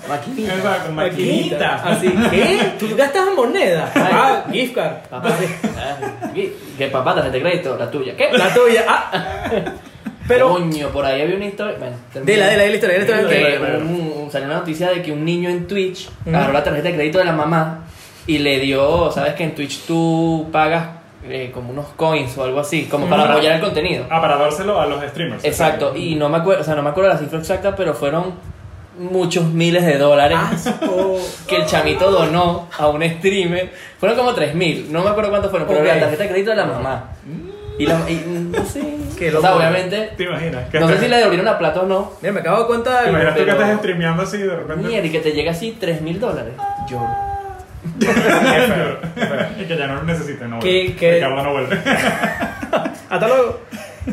Speaker 1: Maquinita.
Speaker 4: Eh.
Speaker 3: Exacto, maquinita.
Speaker 4: Así, ¿qué? ¿Tú gastas moneda? Ah, gift card.
Speaker 1: Papá, ah, ¿qué? que papá, tarjeta de crédito, la tuya. ¿Qué?
Speaker 4: La tuya. Ah. Pero,
Speaker 1: Coño, por ahí había una historia. Bueno, termina.
Speaker 4: dela, dela, dela, historia, dela, historia.
Speaker 1: Que
Speaker 3: Dela, dela.
Speaker 1: un- un- salió una noticia de que un niño en Twitch
Speaker 4: Ujú.
Speaker 1: agarró la tarjeta de crédito de la mamá y le dio, sabes que en Twitch tú pagas eh, como unos coins o algo así, como para
Speaker 3: Ujú.
Speaker 1: apoyar el contenido.
Speaker 3: Ah, para dárselo a los streamers.
Speaker 1: Exacto, y no me acuerdo, o sea, no me acuerdo la cifra exacta, pero fueron muchos miles de dólares
Speaker 4: Ah, Asco.
Speaker 1: que el chamito donó a un streamer. Fueron como 3.000, no me acuerdo cuántos fueron, pero
Speaker 4: Ok.
Speaker 1: la tarjeta de crédito de la mamá. Y la y, no sé.
Speaker 4: Qué
Speaker 1: o sea,
Speaker 4: locura.
Speaker 1: obviamente
Speaker 3: ¿Te imaginas? Que
Speaker 1: no sé
Speaker 3: estés-
Speaker 1: si le devolvieron la plata o no.
Speaker 4: Mira, me acabo de contar
Speaker 3: ¿Te imaginas tú que
Speaker 1: pero-
Speaker 3: estás streameando así y de repente?
Speaker 1: Mierda, y que te llega así 3 mil dólares. Yo.
Speaker 3: y que ya no lo necesiten, no
Speaker 4: Que-
Speaker 3: vuelve.
Speaker 4: que-
Speaker 3: Ricardo no vuelve.
Speaker 4: Hasta luego.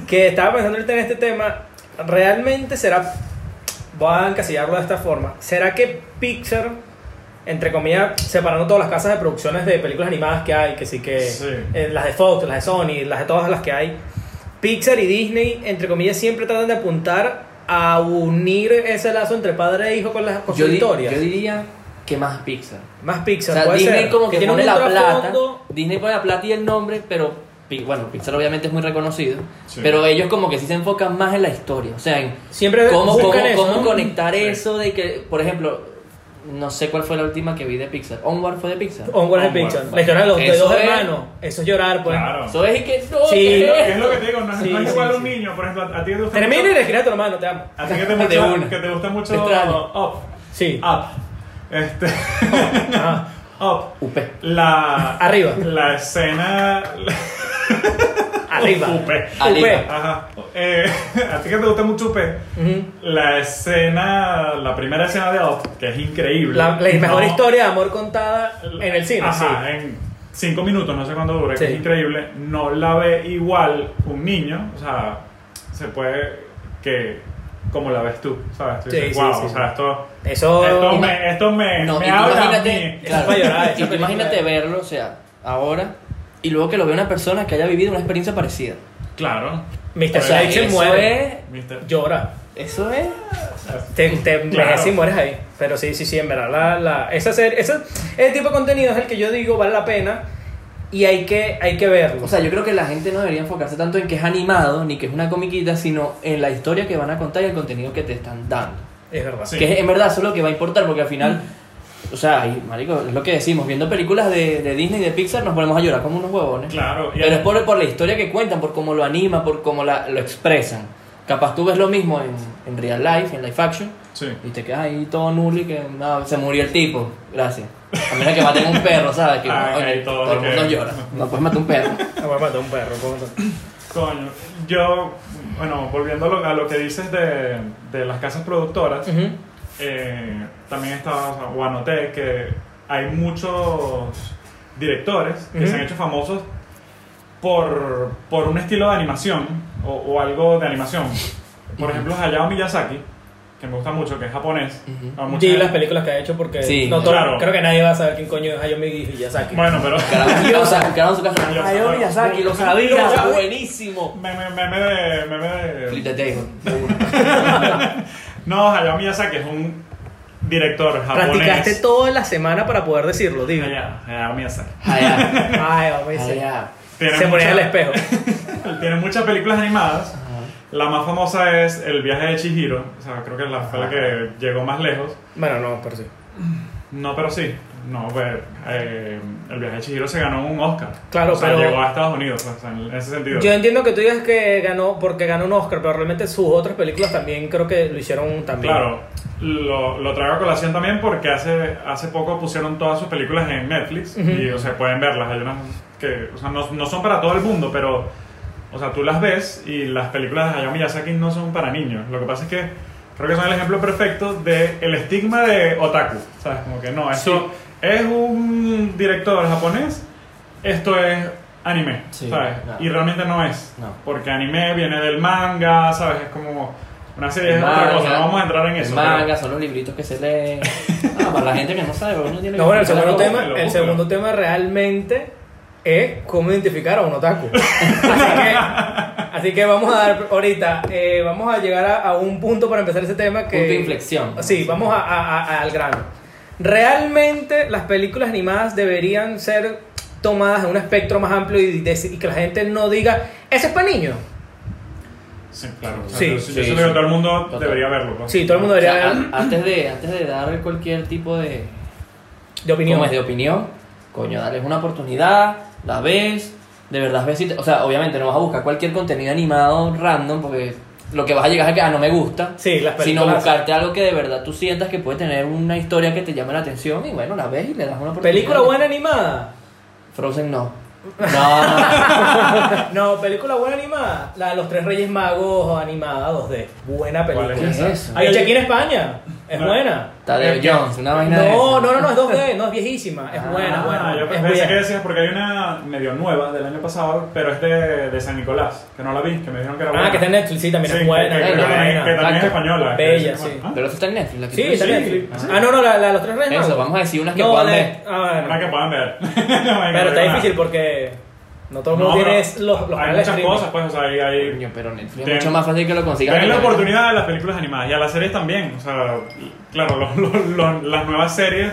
Speaker 4: Que estaba pensando ahorita en este tema. Realmente será. Voy a encasillarlo de esta forma. ¿Será que Pixar, entre comillas, separando todas las casas de producciones de películas animadas que hay, que sí que.
Speaker 3: Sí.
Speaker 4: eh, las de Fox, las de Sony, las de todas las que hay. Pixar y Disney, entre comillas, siempre tratan de apuntar a unir ese lazo entre padre e hijo con las con
Speaker 1: Yo,
Speaker 4: sus
Speaker 1: di-
Speaker 4: historias.
Speaker 1: yo diría que más Pixar.
Speaker 4: Más
Speaker 1: O
Speaker 4: Pixar.
Speaker 1: sea,
Speaker 4: puede
Speaker 1: Disney
Speaker 4: ser.
Speaker 1: como que
Speaker 4: Tiene
Speaker 1: pone
Speaker 4: un
Speaker 1: la plata.
Speaker 4: trasfondo-
Speaker 1: Disney pone la plata y el nombre, pero Pi- bueno, Pixar obviamente es muy reconocido.
Speaker 3: Sí.
Speaker 1: Pero ellos como que sí se enfocan más en la historia. O sea, en
Speaker 4: Siempre
Speaker 1: cómo,
Speaker 4: buscan
Speaker 1: cómo-
Speaker 4: eso,
Speaker 1: cómo
Speaker 4: ¿no?
Speaker 1: conectar eso de que, por ejemplo, no sé cuál fue la última que vi de Pixar. Onward fue de Pixar.
Speaker 4: Onward and
Speaker 3: Onward.
Speaker 4: Picture. La historia de los de
Speaker 1: Eso
Speaker 4: dos
Speaker 1: es-
Speaker 4: hermanos. Eso es llorar, pues.
Speaker 3: Claro.
Speaker 1: Eso es y que no,
Speaker 4: Sí.
Speaker 1: ¿qué
Speaker 3: Pero,
Speaker 1: es
Speaker 3: ¿Qué es lo que te digo? No, es-
Speaker 4: Sí,
Speaker 3: no es
Speaker 4: sí,
Speaker 3: igual
Speaker 4: sí.
Speaker 3: un niño, por ejemplo, a ti te gusta
Speaker 4: Termina y
Speaker 3: mucho-
Speaker 4: le escribe a tu hermano, te amo.
Speaker 3: A ti que
Speaker 1: De
Speaker 3: te, mucho,
Speaker 1: una.
Speaker 3: que te gusta mucho
Speaker 1: Extraño.
Speaker 3: Up.
Speaker 4: Sí. Ah,
Speaker 3: Up. Este,
Speaker 4: Ajá.
Speaker 3: up.
Speaker 1: Upe.
Speaker 3: La.
Speaker 4: Arriba.
Speaker 3: La escena.
Speaker 4: Arriba.
Speaker 3: Upe.
Speaker 1: Arriba.
Speaker 4: Upe.
Speaker 3: Ajá. Eh, a ti que te gusta mucho Upe.
Speaker 4: Ujú.
Speaker 3: La escena. La primera escena de Up, que es increíble.
Speaker 4: La, la mejor
Speaker 3: No-
Speaker 4: historia de amor contada en el cine.
Speaker 3: Ajá, eh.
Speaker 4: sí.
Speaker 3: en cinco minutos, no sé cuánto dura, que
Speaker 4: Sí.
Speaker 3: es increíble. No la ve igual un niño, o sea, se puede que como la ves tú, ¿sabes? Tú
Speaker 4: Sí,
Speaker 3: dices,
Speaker 4: sí,
Speaker 3: wow,
Speaker 4: sí.
Speaker 3: o sea, esto,
Speaker 4: Eso.
Speaker 3: esto,
Speaker 1: ima-
Speaker 3: me, esto me,
Speaker 1: No, y
Speaker 3: me
Speaker 1: tú
Speaker 3: habla a
Speaker 1: imagínate,
Speaker 3: mí.
Speaker 1: claro,
Speaker 4: Eso es para llorar,
Speaker 1: y
Speaker 4: esa
Speaker 1: tú imagínate
Speaker 4: película.
Speaker 1: verlo, o sea, ahora, y luego que lo vea una persona que haya vivido una experiencia parecida.
Speaker 3: Claro.
Speaker 4: Mr.
Speaker 1: O sea,
Speaker 4: Rachel
Speaker 1: eso
Speaker 4: muere.
Speaker 1: es.
Speaker 3: Mister-
Speaker 4: Llora.
Speaker 1: Eso es.
Speaker 4: Te, te
Speaker 3: Claro.
Speaker 4: envejeces y mueres ahí. Pero sí, sí, sí, en verdad. La, la- esa serie- ese, ese tipo de contenido es el que yo digo vale la pena y hay que, hay que verlo.
Speaker 1: O sea, yo creo que la gente no debería enfocarse tanto en que es animado ni que es una comiquita, sino en la historia que van a contar y el contenido que te están dando.
Speaker 4: es verdad.
Speaker 3: Sí. Mm.
Speaker 1: Que es, en verdad eso es lo que va a importar, porque al final, o sea, y, marico, es lo que decimos, viendo películas de, de Disney y de Pixar nos ponemos a llorar como unos huevones.
Speaker 3: Claro, y
Speaker 1: Pero es por, por la historia que cuentan, por cómo lo anima, por cómo la, lo expresan. Capaz tú ves lo mismo en, en real life, en life action,
Speaker 3: Sí.
Speaker 1: y te quedas ahí todo nulo y que no, se murió el tipo, gracias. A menos que maten un perro, ¿sabes? Que
Speaker 3: Ah,
Speaker 1: oye,
Speaker 3: ahí todo
Speaker 1: todo,
Speaker 3: lo
Speaker 1: el mundo
Speaker 3: que-
Speaker 1: llora. No puedes matar un perro.
Speaker 4: Ah, voy a matar un perro. ¿cómo son?
Speaker 3: Coño, yo, bueno, volviendo a lo, a lo que dices de, de las casas productoras,
Speaker 4: Ujú.
Speaker 3: eh, también estaba, o, sea, o anoté que hay muchos directores que
Speaker 4: Ujú.
Speaker 3: se han hecho famosos por, por un estilo de animación o, o algo de animación. Por ejemplo, Hayao Miyazaki, que me gusta mucho, que es japonés.
Speaker 1: Ujú.
Speaker 3: A mucha
Speaker 4: Di
Speaker 3: gente-
Speaker 4: las películas que ha hecho porque
Speaker 1: Sí.
Speaker 4: no todo-
Speaker 3: Claro.
Speaker 4: creo que nadie va a saber quién coño es Hayao Miyazaki.
Speaker 3: Bueno, pero...
Speaker 1: Carajo, o sea, el carajo en su casa.
Speaker 3: Ay, yo, Miyazaki, lo
Speaker 1: sabía,
Speaker 4: sabía.
Speaker 1: buenísimo.
Speaker 3: Meme, meme de... Meme de...
Speaker 1: Flip the table.
Speaker 3: No, Hayao Miyazaki es un director japonés.
Speaker 4: Practicaste toda la semana para poder decirlo, dime.
Speaker 3: Hayao, Hayao Miyazaki.
Speaker 1: Allá,
Speaker 4: Ay, vamos a decir.
Speaker 1: allá.
Speaker 3: Tiene
Speaker 4: Se ponía en el
Speaker 3: mucha-
Speaker 4: espejo.
Speaker 3: Tiene muchas películas animadas. La más famosa es El viaje de Chihiro. O sea, creo que es la, fue la que llegó más lejos.
Speaker 4: Bueno, no, pero sí.
Speaker 3: No, pero sí. No, pues, eh, El viaje de Chihiro se ganó un Oscar.
Speaker 4: Claro,
Speaker 3: o sea,
Speaker 4: pero-
Speaker 3: llegó a Estados Unidos. pues, o sea, en ese sentido.
Speaker 4: Yo entiendo que tú digas que ganó porque ganó un Oscar, pero realmente sus otras películas también creo que lo hicieron también.
Speaker 3: Claro, lo, lo traigo a colación también porque hace, hace poco pusieron todas sus películas en Netflix y, o sea, pueden verlas. Hay unas que, o sea, no, no son para todo el mundo, pero, o sea, tú las ves y las películas de Hayao Miyazaki no son para niños. Lo que pasa es que creo que son el ejemplo perfecto del estigma de otaku. ¿Sabes? Como que no, esto es un director japonés, esto es anime,
Speaker 1: Sí,
Speaker 3: ¿sabes?
Speaker 1: claro.
Speaker 3: Y realmente no es.
Speaker 1: No.
Speaker 3: Porque anime viene del manga, ¿sabes? Es como una serie, es otra
Speaker 1: Manga.
Speaker 3: cosa, no vamos a entrar en
Speaker 1: El
Speaker 3: eso.
Speaker 1: manga,
Speaker 3: pero-
Speaker 1: son los libritos que se leen. Ah, para la gente que no sabe, uno tiene que
Speaker 4: No, bueno, el
Speaker 1: buscar
Speaker 4: segundo
Speaker 1: algo.
Speaker 4: tema,
Speaker 3: búsquelo,
Speaker 4: el
Speaker 3: búsquelo.
Speaker 4: segundo tema realmente es cómo identificar a un otaku. Así que, así que vamos a dar ahorita, eh, vamos a llegar a, a un punto para empezar ese tema que...
Speaker 1: Punto de inflexión.
Speaker 4: Sí, vamos a- a- a- al grano. Realmente las películas animadas deberían ser tomadas en un espectro más amplio y, de- y que la gente no diga, eso es para niños.
Speaker 3: Sí, claro. O sea,
Speaker 4: Sí,
Speaker 3: yo-
Speaker 1: sí,
Speaker 3: yo siento que
Speaker 1: sí.
Speaker 3: todo el mundo
Speaker 1: Total.
Speaker 3: debería verlo. pues. ¿no?
Speaker 4: Sí, todo el mundo
Speaker 1: O sea,
Speaker 4: debería
Speaker 1: a- antes, de, antes de dar cualquier tipo de,
Speaker 4: de opinión.
Speaker 1: ¿cómo es? de opinión, coño, darles una oportunidad, la ves, de verdad ves. si te- o sea, obviamente no vas a buscar cualquier contenido animado random porque lo que vas a llegar es que, ah, no me gusta.
Speaker 4: Sí, las
Speaker 1: Sino
Speaker 4: películas.
Speaker 1: buscarte algo que de verdad tú sientas que puede tener una historia que te llame la atención y bueno, la ves y le das una oportunidad.
Speaker 4: Película buena animada.
Speaker 1: Frozen no. No,
Speaker 4: No, película buena animada. La de los tres reyes magos animada 2D. Buena película.
Speaker 3: ¿Cuál
Speaker 1: ¿qué es
Speaker 3: esa? Ah.
Speaker 1: eso?
Speaker 4: Hay hecha aquí en España. Es
Speaker 3: No.
Speaker 4: buena.
Speaker 1: Tadeo Jones, una vaina de
Speaker 4: No,
Speaker 1: esas.
Speaker 4: no, no, no, es 2D, no es viejísima. Es
Speaker 1: Ah,
Speaker 4: buena,
Speaker 3: Ah,
Speaker 4: buena.
Speaker 3: yo
Speaker 4: es
Speaker 3: pensé
Speaker 4: buena.
Speaker 3: que decías porque hay una medio nueva del año pasado, pero es de, de San Nicolás, que no la vi, que me dijeron que era buena.
Speaker 4: Ah, que está en Netflix, sí, también
Speaker 3: Sí,
Speaker 4: es buena.
Speaker 3: Que, que-
Speaker 4: es
Speaker 3: que también, que
Speaker 4: buena.
Speaker 3: también es
Speaker 1: Exacto.
Speaker 3: española. que
Speaker 4: Bella,
Speaker 3: es-
Speaker 4: sí.
Speaker 3: ah,
Speaker 1: Pero eso está en Netflix. La que
Speaker 4: Sí,
Speaker 1: tú
Speaker 4: está en
Speaker 1: dices.
Speaker 3: sí.
Speaker 4: Netflix.
Speaker 3: Ah.
Speaker 4: Ah, no, no, la, la de los tres reyes
Speaker 1: Eso,
Speaker 4: magos.
Speaker 1: vamos a decir unas que
Speaker 4: No,
Speaker 1: puedan
Speaker 4: de-
Speaker 1: ver.
Speaker 4: ah,
Speaker 3: Una
Speaker 4: bueno.
Speaker 3: que puedan ver.
Speaker 4: Pero está difícil porque no todo el mundo
Speaker 3: No,
Speaker 4: tiene
Speaker 3: pero
Speaker 4: los, los
Speaker 3: hay
Speaker 4: canales
Speaker 3: muchas
Speaker 4: de streaming.
Speaker 3: cosas, pues, o sea, hay, hay
Speaker 1: Coño, pero Netflix
Speaker 3: Ten-
Speaker 1: es mucho más fácil que lo consigas.
Speaker 3: Ven
Speaker 1: en
Speaker 3: la
Speaker 1: internet.
Speaker 3: oportunidad de las películas animadas y a las series también. O sea, claro, los- los- los- las nuevas series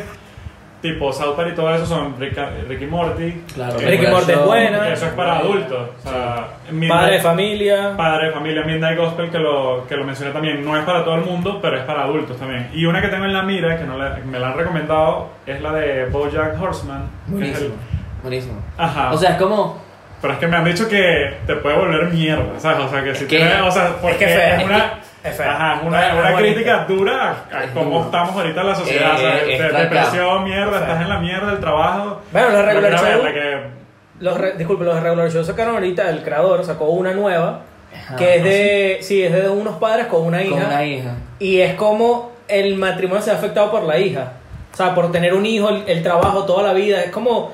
Speaker 3: tipo South Park y todo eso son Rick, Rick y Morty.
Speaker 1: Claro,
Speaker 3: que-
Speaker 4: Rick y Morty es
Speaker 1: Eso-
Speaker 4: buena.
Speaker 3: que Eso es para adultos. O sea, Midnight-
Speaker 4: Padre de familia.
Speaker 3: Padre de familia, Midnight Gospel, que lo, que lo mencioné también. No es para todo el mundo, pero es para adultos también. Y una que tengo en la mira, que no la- me la han recomendado, es la de Bojack Horseman. que es el-
Speaker 1: Buenísimo. Buenísimo.
Speaker 4: Ah.
Speaker 3: Ajá.
Speaker 1: O sea, es como.
Speaker 3: pero es que me han dicho que te puede volver mierda, ¿sabes? O sea, que si
Speaker 1: que-
Speaker 3: tienes- o sea, porque
Speaker 4: que es fea,
Speaker 3: es
Speaker 4: es
Speaker 3: una,
Speaker 4: que es fea.
Speaker 3: ajá, es
Speaker 4: No,
Speaker 3: una,
Speaker 4: es
Speaker 3: una
Speaker 4: bonita.
Speaker 3: crítica dura a, a
Speaker 1: Es
Speaker 3: cómo
Speaker 1: duro.
Speaker 3: estamos ahorita en la sociedad,
Speaker 1: Eh,
Speaker 3: ¿sabes?
Speaker 1: es
Speaker 3: De-
Speaker 1: trancado.
Speaker 3: depresión, mierda,
Speaker 4: O sea.
Speaker 3: estás en la mierda del trabajo.
Speaker 4: Bueno, la
Speaker 3: Yo quiero
Speaker 4: regular show-
Speaker 3: verla, que
Speaker 4: Los re- disculpe, los de Regular Show sacaron ahorita, el creador sacó una nueva,
Speaker 1: Ajá,
Speaker 4: que es de, sí, es de unos padres con una hija.
Speaker 1: Con una hija.
Speaker 4: Y es como el matrimonio se ha afectado por la hija. O sea, por tener un hijo, el, el trabajo, toda la vida. Es como...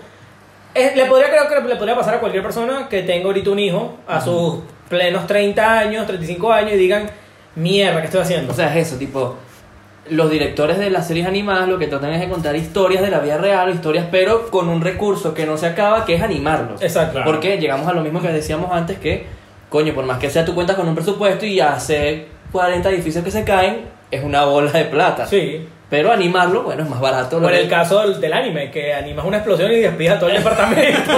Speaker 4: es- le podría, creo que le podría pasar a cualquier persona que tenga ahorita un hijo a sus plenos 30 años, 35 años y digan, mierda, ¿qué estoy haciendo?
Speaker 1: O sea, es eso, tipo. Los directores de las series animadas lo que tratan es de contar historias de la vida real, historias, pero con un recurso que no se acaba, que es animarlos.
Speaker 4: Exacto.
Speaker 3: Claro.
Speaker 1: Porque llegamos a lo mismo que decíamos antes, que coño, por más que sea, tú cuentas con un presupuesto y hacer 40 edificios que se caen es una bola de plata.
Speaker 4: Sí.
Speaker 1: Pero animarlo, bueno, es más barato.
Speaker 4: Por
Speaker 1: lo
Speaker 4: el
Speaker 1: que-
Speaker 4: caso del, del anime, que animas una explosión y despidas a todo el departamento.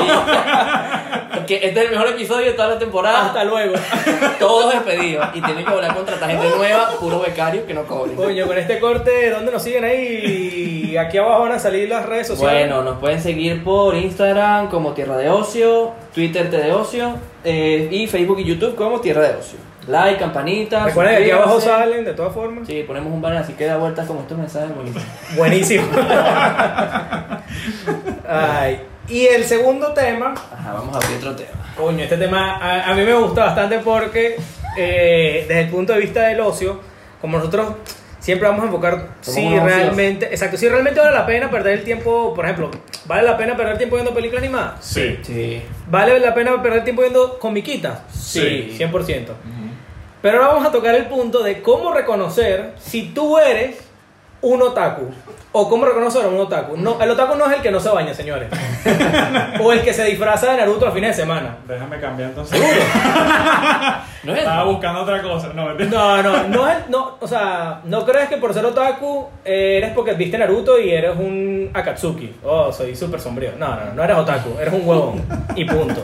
Speaker 1: que este es el mejor episodio de toda la temporada.
Speaker 4: Hasta luego.
Speaker 1: Todos despedidos. Y tienen que volver a contratar gente nueva, puro becario que no cobre.
Speaker 4: Coño, con este corte, ¿dónde nos siguen ahí? Aquí abajo van a salir las redes sociales.
Speaker 1: Bueno, nos pueden seguir por Instagram como Tierra de Ocio, Twitter T de Ocio eh, y Facebook y YouTube como Tierra de Ocio. Like, campanita.
Speaker 4: Recuerden que aquí abajo
Speaker 1: suscríbanse.
Speaker 4: salen, de todas formas.
Speaker 1: Sí, ponemos un banner así que da vueltas como estos mensajes buenísimos.
Speaker 4: Buenísimo. Ay. Y el segundo tema,
Speaker 1: Ajá, vamos a abrir otro tema.
Speaker 4: coño, este tema a, a mí me gusta bastante porque eh, desde el punto de vista del ocio, como nosotros siempre vamos a enfocar
Speaker 1: Somos
Speaker 4: si
Speaker 1: unos
Speaker 4: realmente, exacto, si realmente vale la pena perder el tiempo, por ejemplo, ¿vale la pena perder tiempo viendo películas animadas?
Speaker 3: Sí.
Speaker 1: Sí.
Speaker 4: ¿Vale la pena perder tiempo viendo comiquitas?
Speaker 1: Sí.
Speaker 4: 100%. Pero ahora vamos a tocar el punto de cómo reconocer si tú eres un otaku. O cómo reconocer a un otaku. No, el otaku no es el que no se baña, señores. o el que se disfraza de Naruto a fin de semana.
Speaker 3: Déjame cambiar entonces.
Speaker 1: ¿No es?
Speaker 3: Estaba buscando otra cosa. No, mentira.
Speaker 4: No, no, no es. No, o sea, no crees que por ser otaku eh, eres porque viste Naruto y eres un Akatsuki. Oh, soy súper sombrío. No, no, no, no eres otaku, eres un huevón. Y punto.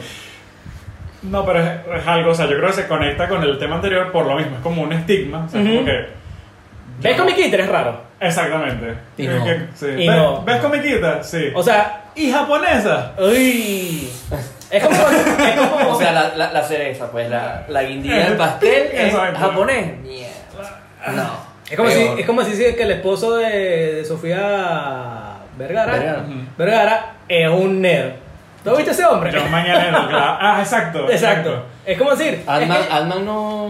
Speaker 3: No, pero es, es algo, o sea, yo creo que se conecta con el tema anterior por lo mismo, es como un estigma, o sea,
Speaker 4: Ujú.
Speaker 3: como que...
Speaker 4: ¿Ves comiquita? Eres raro.
Speaker 3: Exactamente.
Speaker 1: Y
Speaker 3: Que-
Speaker 1: no.
Speaker 3: que- sí.
Speaker 4: Y
Speaker 3: ¿Ves,
Speaker 4: no.
Speaker 3: ves comiquita? Sí.
Speaker 4: O sea,
Speaker 3: ¿Y japonesa?
Speaker 4: uy. Es como. Es como
Speaker 1: O sea, la, la, la cereza, pues, la, la guindilla del pastel es
Speaker 3: Exacto.
Speaker 1: japonés. Mierda. No.
Speaker 4: Es como, si,
Speaker 1: Peor.
Speaker 4: es como si dices que el esposo de, de Sofía Vergara,
Speaker 1: Vergara.
Speaker 4: Vergara es un nerd. ¿Tú viste ese hombre?
Speaker 3: Yo mañana Ah, exacto.
Speaker 4: Exacto. Es como decir,
Speaker 3: Ah.
Speaker 4: es
Speaker 1: Altman,
Speaker 4: que
Speaker 1: Altman no.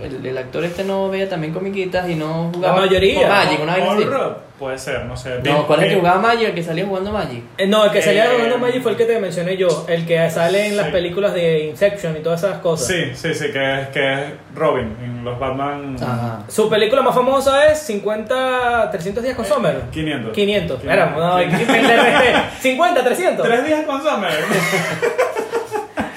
Speaker 1: El, el actor este no veía también comiquitas y no jugaba.
Speaker 4: mayoría.
Speaker 1: con Magic, una vez
Speaker 3: All
Speaker 1: así.
Speaker 3: Road, Puede ser, no sé.
Speaker 1: No, ¿cuál es el que
Speaker 3: Eh,
Speaker 1: jugaba Magic? El que salía jugando Magic.
Speaker 4: eh, no, el que salía
Speaker 3: Eh,
Speaker 4: Rolando Maggi fue el que te mencioné yo, el que sale en las
Speaker 3: sí.
Speaker 4: películas de Inception y todas esas cosas.
Speaker 3: Sí, sí, sí, que es, que es Robin en los Batman
Speaker 1: Ajá.
Speaker 4: Su película más famosa es 50, 300 días con
Speaker 3: Eh,
Speaker 4: Summer.
Speaker 3: 500.
Speaker 4: 500. Era, no, 50, 300.
Speaker 3: Tres días con Summer.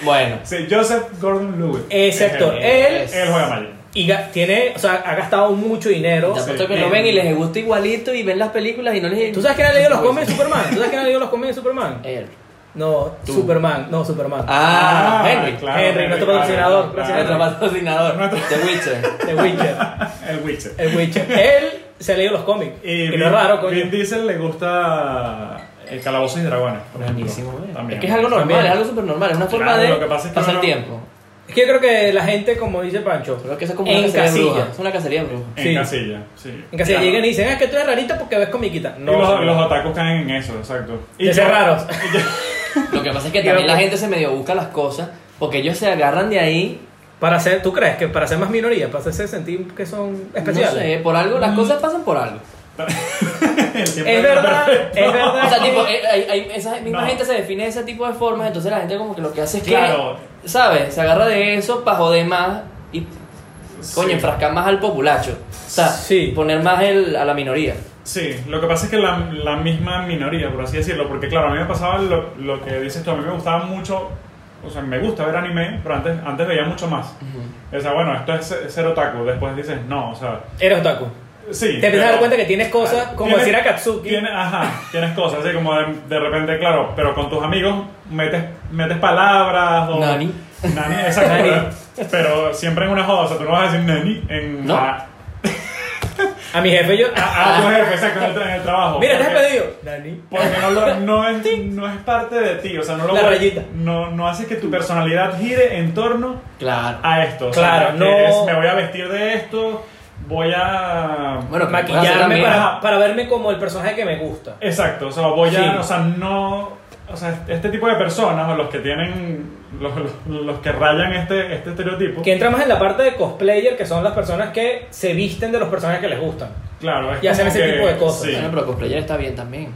Speaker 1: Bueno.
Speaker 3: sí, Joseph Gordon-Lewitt.
Speaker 4: Ese actor.
Speaker 3: Es
Speaker 4: Él
Speaker 3: el- Él juega Magic.
Speaker 4: y ga- tiene, o sea, ha gastado mucho dinero.
Speaker 1: Te apuesto
Speaker 3: Sí.
Speaker 1: pues, que lo ven y les gusta igualito y ven las películas y no les.
Speaker 4: ¿Tú sabes quién ha leído los cómics de Superman? ¿Tú sabes quién ha leído los cómics de Superman?
Speaker 1: Él.
Speaker 4: No,
Speaker 1: Eh, Tú.
Speaker 4: Superman, no, Superman.
Speaker 1: Ah,
Speaker 3: Ah,
Speaker 1: Henry.
Speaker 3: claro,
Speaker 4: Henry, nuestro
Speaker 3: claro,
Speaker 4: patrocinador,
Speaker 3: claro.
Speaker 1: Nuestro patrocinador.
Speaker 3: Nuestro-
Speaker 1: The Witcher.
Speaker 4: The Witcher.
Speaker 3: El Witcher.
Speaker 4: El Witcher. Él se ha leído los cómics.
Speaker 1: Eh,
Speaker 4: Y,
Speaker 3: Vin-
Speaker 4: no es raro, coño.
Speaker 3: Vin Diesel le gusta el Calabozo y Dragones. por ejemplo.
Speaker 1: Buenísimo, güey.
Speaker 3: eh. También.
Speaker 1: eh. Es que es algo normal,
Speaker 4: También.
Speaker 1: es algo súper normal. Es una forma
Speaker 3: Claro,
Speaker 1: de
Speaker 3: lo que pasa es que
Speaker 1: pasar
Speaker 3: uno-
Speaker 1: tiempo.
Speaker 4: Es que yo creo que la gente, como dice Pancho,
Speaker 1: Creo que eso es como una
Speaker 4: en
Speaker 1: cacería de
Speaker 4: casilla.
Speaker 1: brujas. Es una cacería de brujas.
Speaker 3: En
Speaker 4: Sí.
Speaker 3: casilla, sí.
Speaker 4: En casilla
Speaker 3: Claro.
Speaker 4: llegan y dicen, ah, es que tú eres rarito porque ves comiquita.
Speaker 3: Y
Speaker 4: No,
Speaker 3: los,
Speaker 4: no.
Speaker 3: los otakus caen en eso, exacto.
Speaker 4: de ser raros.
Speaker 1: Lo que pasa es que
Speaker 4: Yo-
Speaker 1: también la gente se medio busca las cosas porque ellos se agarran de ahí.
Speaker 4: Para ser, ¿tú crees que para ser más minoría, para hacerse sentir que son
Speaker 1: No
Speaker 4: especiales?
Speaker 1: sé, por algo,
Speaker 3: Mm.
Speaker 1: las cosas pasan por algo.
Speaker 4: Es verdad, es verdad.
Speaker 1: O sea,
Speaker 4: que-
Speaker 1: tipo, eh, hay- hay- esa misma
Speaker 3: No.
Speaker 1: gente se define de ese tipo de formas, entonces la gente como que lo que hace es
Speaker 3: Claro.
Speaker 1: que, ¿sabes? Se agarra de eso para joder más y, coño, enfrascar más al populacho. O sea,
Speaker 4: Sí.
Speaker 1: poner más el, a la minoría.
Speaker 3: Sí, lo que pasa es que la, la misma minoría, por así decirlo, porque claro, a mí me pasaba lo, lo que dices tú, a mí me gustaba mucho, o sea, me gusta ver anime, pero antes, antes veía mucho más. O sea, bueno, esto es ser- ser otaku, después dices, no, o sea,
Speaker 4: Eres otaku.
Speaker 3: sí.
Speaker 4: Te empiezas a dar cuenta que tienes cosas, como
Speaker 3: Tienes-
Speaker 4: decir a Katsuki.
Speaker 3: tiene- ajá, tienes cosas, así como de, de repente, claro, pero con tus amigos metes, metes palabras o...
Speaker 1: Nani.
Speaker 3: Nani, exacto.
Speaker 4: Nani.
Speaker 3: pero- Pero siempre en una joda, o sea, tú no vas a decir nani en...
Speaker 1: No.
Speaker 3: A,
Speaker 4: A mi jefe yo.
Speaker 3: a- a tu jefe, exacto, en el, tra- en el trabajo.
Speaker 4: Mira, te has
Speaker 3: Porque-
Speaker 4: pedido. Dani.
Speaker 3: Porque no, lo- no, es, no es parte de ti, o sea, no lo
Speaker 4: La
Speaker 3: voy-
Speaker 4: rayita.
Speaker 3: No, no hace que tu personalidad gire en torno
Speaker 1: Claro.
Speaker 3: a esto. O
Speaker 4: Claro,
Speaker 3: sea,
Speaker 4: no-
Speaker 3: que es, me voy a vestir de esto, voy a.
Speaker 1: Bueno, que puedas hacer
Speaker 4: Maquillarme
Speaker 1: también-
Speaker 4: para, para verme como el personaje que me gusta.
Speaker 3: Exacto, o sea, voy a.
Speaker 4: Sí.
Speaker 3: O sea, no. O sea, este tipo de personas, o los que tienen. Los, los- los que rayan este, este estereotipo.
Speaker 4: Que entra más en la parte de cosplayer, que son las personas que se visten de los personajes que les gustan.
Speaker 3: Claro, es
Speaker 4: Y hacen
Speaker 3: como
Speaker 4: ese
Speaker 3: que-
Speaker 4: tipo de cosas.
Speaker 3: sí.
Speaker 1: Bueno, pero cosplayer está bien también.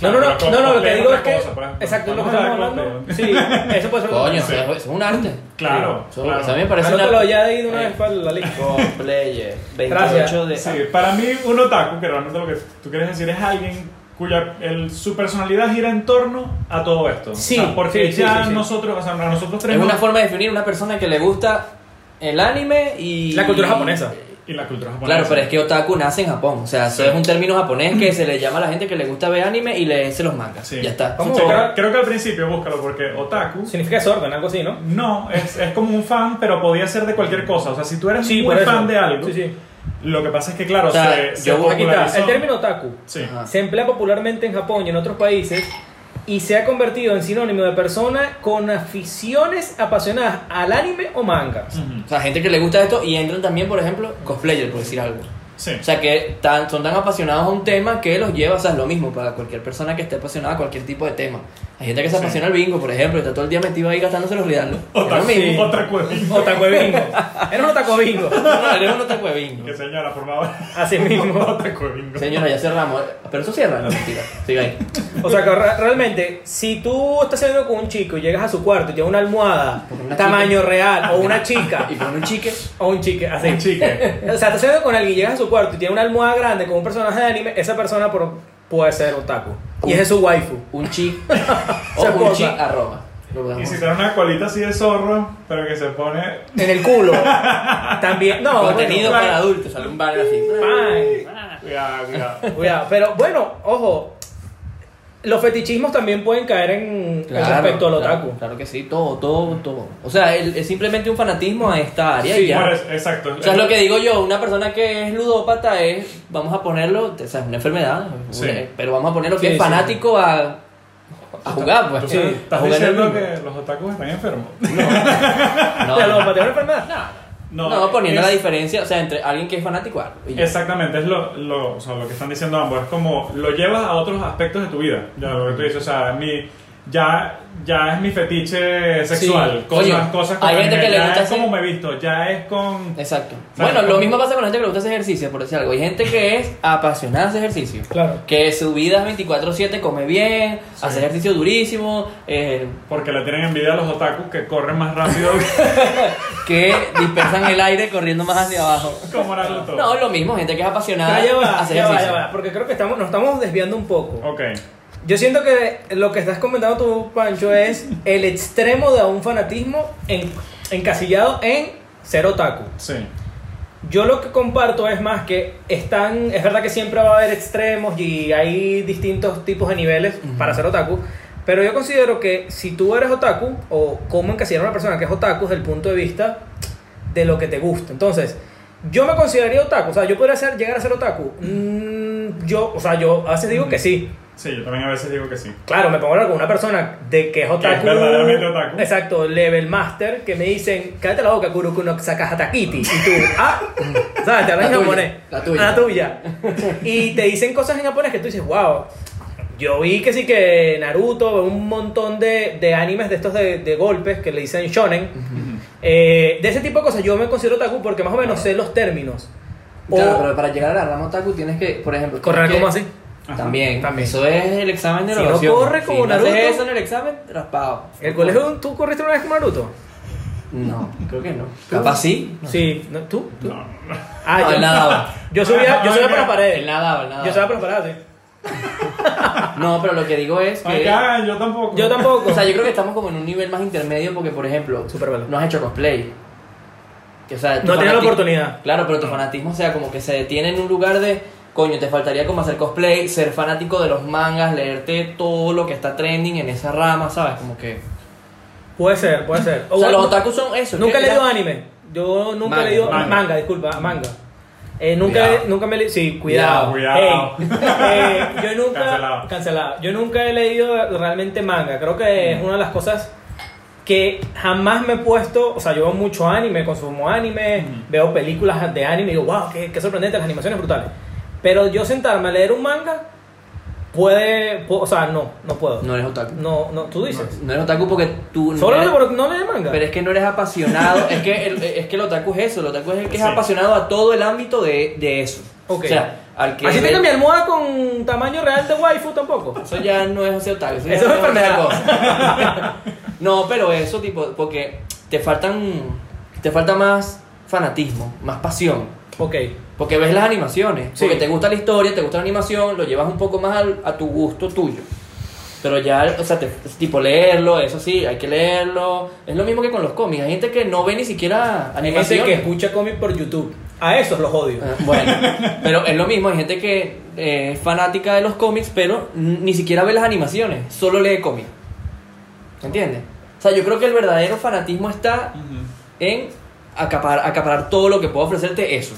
Speaker 4: No, no,
Speaker 3: Claro,
Speaker 4: no,
Speaker 3: pero
Speaker 4: no, no, lo que
Speaker 3: cosplayer es
Speaker 4: digo es
Speaker 3: otra
Speaker 4: que.
Speaker 3: cosa, por ejemplo.
Speaker 4: Exacto, es lo que
Speaker 3: Vamos a
Speaker 4: estamos
Speaker 3: hablar
Speaker 4: hablando.
Speaker 3: de
Speaker 4: Sí, eso puede ser.
Speaker 1: Coño,
Speaker 3: Sí.
Speaker 1: o sea, es un arte.
Speaker 3: Claro,
Speaker 1: Eso-
Speaker 3: claro.
Speaker 1: o sea, a mí me parece Eh. un
Speaker 4: Anótalo
Speaker 1: arte.
Speaker 4: ya de ahí de una vez para la lista.
Speaker 1: Cosplayer. 28
Speaker 4: Gracias.
Speaker 1: de...
Speaker 3: Sí, para mí un otaku, que realmente lo que tú quieres decir es alguien cuya el- su personalidad gira en torno a todo esto.
Speaker 4: Sí,
Speaker 3: O sea, porque
Speaker 4: sí, sí,
Speaker 3: ya
Speaker 4: sí, sí.
Speaker 3: nosotros, o sea, a nosotros tres
Speaker 1: Es
Speaker 3: nos-
Speaker 1: una forma de definir una persona que le gusta el anime y...
Speaker 4: La cultura japonesa.
Speaker 3: Y la cultura japonesa.
Speaker 1: Claro, pero es que otaku nace en Japón. O sea, eso
Speaker 3: Sí.
Speaker 1: es un término japonés que se le llama a la gente que le gusta ver anime y leerse los mangas.
Speaker 3: Sí.
Speaker 1: Ya está.
Speaker 4: Vamos
Speaker 3: Sí,
Speaker 4: a
Speaker 3: creo,
Speaker 4: buscar.
Speaker 3: creo que al principio búscalo porque otaku.
Speaker 4: Significa desorden, algo así, ¿no?
Speaker 3: No, es, es como un fan, pero podía ser de cualquier cosa. O sea, si tú eres muy
Speaker 4: por eso.
Speaker 3: fan de algo,
Speaker 4: Sí, sí.
Speaker 3: lo que pasa es que, claro,
Speaker 1: O sea,
Speaker 3: se, se
Speaker 1: yo-
Speaker 4: Aquí está,
Speaker 3: popularizó.
Speaker 4: el término otaku.
Speaker 3: Sí.
Speaker 1: Ajá.
Speaker 4: se emplea popularmente en Japón y en otros países y se ha convertido en sinónimo de persona con aficiones apasionadas al anime o manga.
Speaker 3: Ujú.
Speaker 1: O sea, gente que le gusta esto y entran también, por ejemplo, cosplayer, por decir algo.
Speaker 3: Sí.
Speaker 1: O sea, que tan, son tan apasionados a un tema que los lleva, o sea, es lo mismo para cualquier persona que esté apasionada a cualquier tipo de tema. Hay gente que se
Speaker 3: Sí.
Speaker 1: apasiona al bingo, por ejemplo, y está todo el día metido ahí gastándose los reales. Es lo
Speaker 3: Otaku,
Speaker 1: mismo.
Speaker 3: otaku es bingo.
Speaker 4: Otaku de bingo. Eres un otaku de bingo.
Speaker 1: No, eres un otaku de bingo.
Speaker 3: Que señora, por favor.
Speaker 4: Así mismo.
Speaker 3: Otaku es bingo.
Speaker 1: Señora, ya cerramos. Pero eso cierra, no, mentira. Sigue ahí.
Speaker 4: O sea que re- realmente, si tú estás saliendo con un chico y llegas a su cuarto y lleva una almohada
Speaker 1: Porque una
Speaker 4: tamaño
Speaker 1: chica.
Speaker 4: real o una chica
Speaker 1: Y con un chique.
Speaker 4: o un chique, así.
Speaker 3: Un chique.
Speaker 4: O sea, estás saliendo con alguien, llegas a su cuarto y tiene una almohada grande con un personaje de anime, esa persona por- puede ser otaku. Y ese es su waifu.
Speaker 1: Un chi. O
Speaker 4: Esa
Speaker 1: un
Speaker 4: cosa.
Speaker 1: chi arroba. Lo
Speaker 3: Y
Speaker 1: damos.
Speaker 3: si te da una colita así de zorro, pero que se pone.
Speaker 4: En el culo. También. No,
Speaker 1: Contenido
Speaker 4: bueno,
Speaker 1: para adultos, sale un banner así.
Speaker 4: fine.
Speaker 3: Cuidado, cuidado.
Speaker 4: Cuidado, Pero bueno, ojo. Los fetichismos también pueden caer en en respecto al otaku.
Speaker 1: Claro, claro que sí, todo, todo, todo. O sea, el- es simplemente un fanatismo a esta área y ya.
Speaker 3: Bueno, es- exacto.
Speaker 1: O sea, es lo que digo yo, una persona que es ludópata es, vamos a ponerlo, o sea, es una enfermedad,
Speaker 3: Sí.
Speaker 1: eh, pero vamos a ponerlo que
Speaker 4: Sí,
Speaker 1: es
Speaker 4: sí.
Speaker 1: fanático a, a jugar, pues.
Speaker 3: Tú
Speaker 1: a
Speaker 3: estás
Speaker 1: jugar en el
Speaker 3: diciendo
Speaker 1: mundo.
Speaker 3: que los otakus están enfermos.
Speaker 1: No,
Speaker 4: Ya,
Speaker 1: no,
Speaker 4: no, para tener una enfermedad.
Speaker 1: No, poniendo
Speaker 3: es-
Speaker 1: la diferencia, o sea, entre alguien que es fanático a algo. y ya.
Speaker 3: Exactamente, es lo, lo, o sea, lo que están diciendo ambos. Es como lo llevas a otros aspectos de tu vida. Ya lo que tú dices, o sea, mi, ya, ya es mi fetiche sexual.
Speaker 1: Sí.
Speaker 3: Cosas,
Speaker 1: Coño,
Speaker 3: cosas con
Speaker 1: hay gente
Speaker 3: anime,
Speaker 1: que le
Speaker 3: ya
Speaker 1: gusta
Speaker 3: es
Speaker 1: hacer-
Speaker 3: como me he visto, ya es con.
Speaker 1: Exacto.
Speaker 3: ¿Sabes?
Speaker 1: Bueno, lo
Speaker 3: Como-
Speaker 1: mismo pasa con la gente que le gusta hacer ejercicio, por decir algo. Hay gente que es apasionada de hacer ejercicio.
Speaker 4: Claro.
Speaker 1: Que su vida es 24-7, come bien, hace ejercicio durísimo, eh,
Speaker 3: Porque le tienen envidia a los otakus que corren más rápido
Speaker 1: que dispersan el aire corriendo más hacia abajo.
Speaker 3: como Naruto.
Speaker 1: No, lo mismo, gente que es apasionada
Speaker 4: Pero ya
Speaker 1: a
Speaker 4: va,
Speaker 1: hacer
Speaker 4: ya va,
Speaker 1: ejercicio.
Speaker 4: ya va, porque creo que estamos, nos estamos desviando un poco.
Speaker 3: Ok,
Speaker 4: Yo siento que lo que estás comentando tú, Pancho, es el extremo de un fanatismo en- encasillado en ser otaku.
Speaker 3: sí.
Speaker 4: Yo lo que comparto es más que están, es verdad que siempre va a haber extremos y hay distintos tipos de niveles para ser otaku, pero yo considero que si tú eres otaku o cómo encasillar a una persona que es otaku desde el punto de vista de lo que te gusta. Entonces, yo me consideraría otaku, o sea, yo podría ser, llegar a ser otaku. Mm, yo, o sea, yo a veces digo que sí.
Speaker 3: Sí, yo también a veces digo que sí.
Speaker 4: Claro, me pongo a hablar con una persona de que es otaku.
Speaker 3: verdaderamente otaku.
Speaker 4: Exacto, level master, que me dicen, cállate la boca, Kuruku no Sakahatakiti. Y tú, ah, ¿sabes? Te hablan en
Speaker 1: La tuya,
Speaker 4: japonés.
Speaker 1: la tuya.
Speaker 4: La tuya. Y te dicen cosas en japonés que tú dices, wow. Yo vi que sí que Naruto, un montón de, de animes de estos de, de golpes que le dicen shonen. Eh, de ese tipo de cosas yo me considero otaku porque más o menos sé los términos. O-
Speaker 1: Claro, pero para llegar a la rama otaku tienes que, por ejemplo... tienes
Speaker 4: correr
Speaker 1: que-
Speaker 4: como así.
Speaker 3: Ajá.
Speaker 1: También,
Speaker 4: También.
Speaker 1: Eso es el examen de
Speaker 4: Si no
Speaker 1: evaluación.
Speaker 4: corre como
Speaker 1: si no haces
Speaker 4: Naruto-
Speaker 1: eso en el examen, raspado.
Speaker 4: ¿El colegio tú corriste una vez con Naruto?
Speaker 1: No, creo que no. Capaz sí.
Speaker 4: Sí, ¿no? ¿Tú? ¿Tú?
Speaker 3: No.
Speaker 4: Ah,
Speaker 1: No,
Speaker 4: yo
Speaker 1: él nadaba.
Speaker 4: Yo subía, yo subía
Speaker 3: Ah,
Speaker 4: por las
Speaker 3: mira.
Speaker 1: Él
Speaker 4: paredes.
Speaker 1: nadaba, él
Speaker 4: Yo
Speaker 1: nadaba.
Speaker 4: subía por las paredes, sí.
Speaker 1: No, pero lo que digo es
Speaker 4: Oh
Speaker 1: que...
Speaker 3: Ay, ya, yo tampoco.
Speaker 4: Yo tampoco.
Speaker 1: O sea, yo creo que estamos como en un nivel más intermedio porque, por ejemplo,
Speaker 4: Supervelo.
Speaker 1: no has hecho cosplay. Que, o sea, tu
Speaker 4: no tenía la
Speaker 1: fanati-
Speaker 4: oportunidad.
Speaker 1: Claro, pero tu fanatismo, o sea, como que se detiene en un lugar de, coño, te faltaría como hacer cosplay, ser fanático de los mangas, leerte todo lo que está trending en esa rama, ¿sabes? Como que...
Speaker 4: Puede ser, puede ser.
Speaker 1: O sea, los otaku son eso.
Speaker 4: Nunca he
Speaker 1: que-
Speaker 4: leído anime. Yo nunca
Speaker 1: Manga,
Speaker 4: he leído
Speaker 3: manga.
Speaker 4: manga, disculpa, manga. Eh, nunca,
Speaker 1: Cuidado.
Speaker 4: nunca me he leído. Sí, cuidado.
Speaker 3: Cuidado,
Speaker 4: Hey. Eh, yo nunca.
Speaker 3: Cancelado.
Speaker 4: cancelado. Yo nunca he leído realmente manga. Creo que
Speaker 1: Mm.
Speaker 4: es una de las cosas que jamás me he puesto. O sea, yo veo mucho anime, consumo anime,
Speaker 1: Mm.
Speaker 4: veo películas de anime y digo, wow, qué, qué sorprendente, las animaciones brutales. Pero yo sentarme a leer un manga, puede. pu- o sea, no, no puedo.
Speaker 1: No eres otaku.
Speaker 4: No, no, tú dices.
Speaker 1: No eres otaku porque tú... no
Speaker 4: Solo
Speaker 1: eres-
Speaker 4: por no leer manga.
Speaker 1: Pero es que no eres apasionado. es, que el, es que el otaku es eso. El otaku es el que es
Speaker 3: Sí.
Speaker 1: apasionado a todo el ámbito de, de eso.
Speaker 4: Ok.
Speaker 1: O sea, al que.
Speaker 4: Así
Speaker 1: ve-
Speaker 4: tenga mi almohada con tamaño real de waifu tampoco.
Speaker 1: Eso ya no es hacer otaku. ya
Speaker 4: Eso es
Speaker 1: otra
Speaker 4: enfermedad.
Speaker 1: cosa. no, pero eso, tipo, porque te faltan. Te falta más fanatismo, más pasión.
Speaker 4: Ok.
Speaker 1: Porque ves las animaciones,
Speaker 4: Sí.
Speaker 1: porque te gusta la historia, te gusta la animación, lo llevas un poco más al- a tu gusto tuyo. Pero ya, o sea, te- es tipo leerlo, eso sí, hay que leerlo. Es lo mismo que con los cómics. Hay gente que no ve ni siquiera
Speaker 4: Hay gente
Speaker 1: animación.
Speaker 4: que escucha cómic por YouTube. A esos los odio.
Speaker 1: Ah, Bueno, pero es lo mismo, hay gente que eh, es fanática de los cómics, pero n- ni siquiera ve las animaciones, solo lee cómics. ¿Me entiendes? O sea, yo creo que el verdadero fanatismo está
Speaker 3: Ujú.
Speaker 1: en acapar- acaparar todo lo que pueda ofrecerte eso.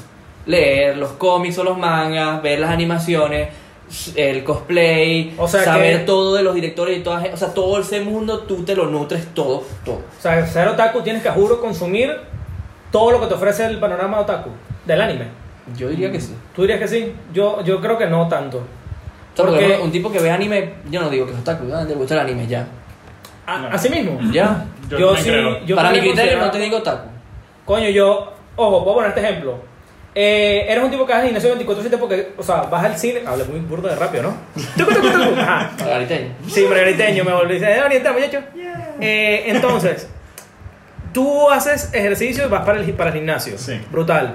Speaker 1: Leer los cómics o los mangas, ver las animaciones, s- el cosplay,
Speaker 4: O sea,
Speaker 1: saber
Speaker 4: que-
Speaker 1: todo de los directores y todas, o sea, todo ese mundo tú te lo nutres todo, todo.
Speaker 4: O sea, ser otaku tienes que, juro, consumir todo lo que te ofrece el panorama otaku del anime.
Speaker 1: Yo diría que sí.
Speaker 4: ¿Tú dirías que sí? Yo, yo creo que no tanto.
Speaker 1: O sea, porque
Speaker 4: Porque-
Speaker 1: un tipo que ve anime, yo no digo que es otaku, ah, le gusta el anime ya.
Speaker 4: A-
Speaker 3: No.
Speaker 4: Así mismo.
Speaker 1: Ya.
Speaker 3: Yo también creo.
Speaker 4: yo
Speaker 1: Para mi
Speaker 4: también
Speaker 1: criterio
Speaker 4: considero-
Speaker 1: no te digo otaku.
Speaker 4: Coño, yo. Ojo, puedo poner este ejemplo. Eh, eres un tipo que vas al gimnasio 24-7 porque, o sea, vas al cine. Hablé muy burdo de rápido, ¿no? Tucu, tucu, tucu. Ajá.
Speaker 1: Margariteño.
Speaker 4: Sí, margariteño, me volví. Dice, "Eh, oriental, muchacho. Eh, entonces, tú haces ejercicio y vas para el, gi- para el gimnasio.
Speaker 3: Sí.
Speaker 4: Brutal.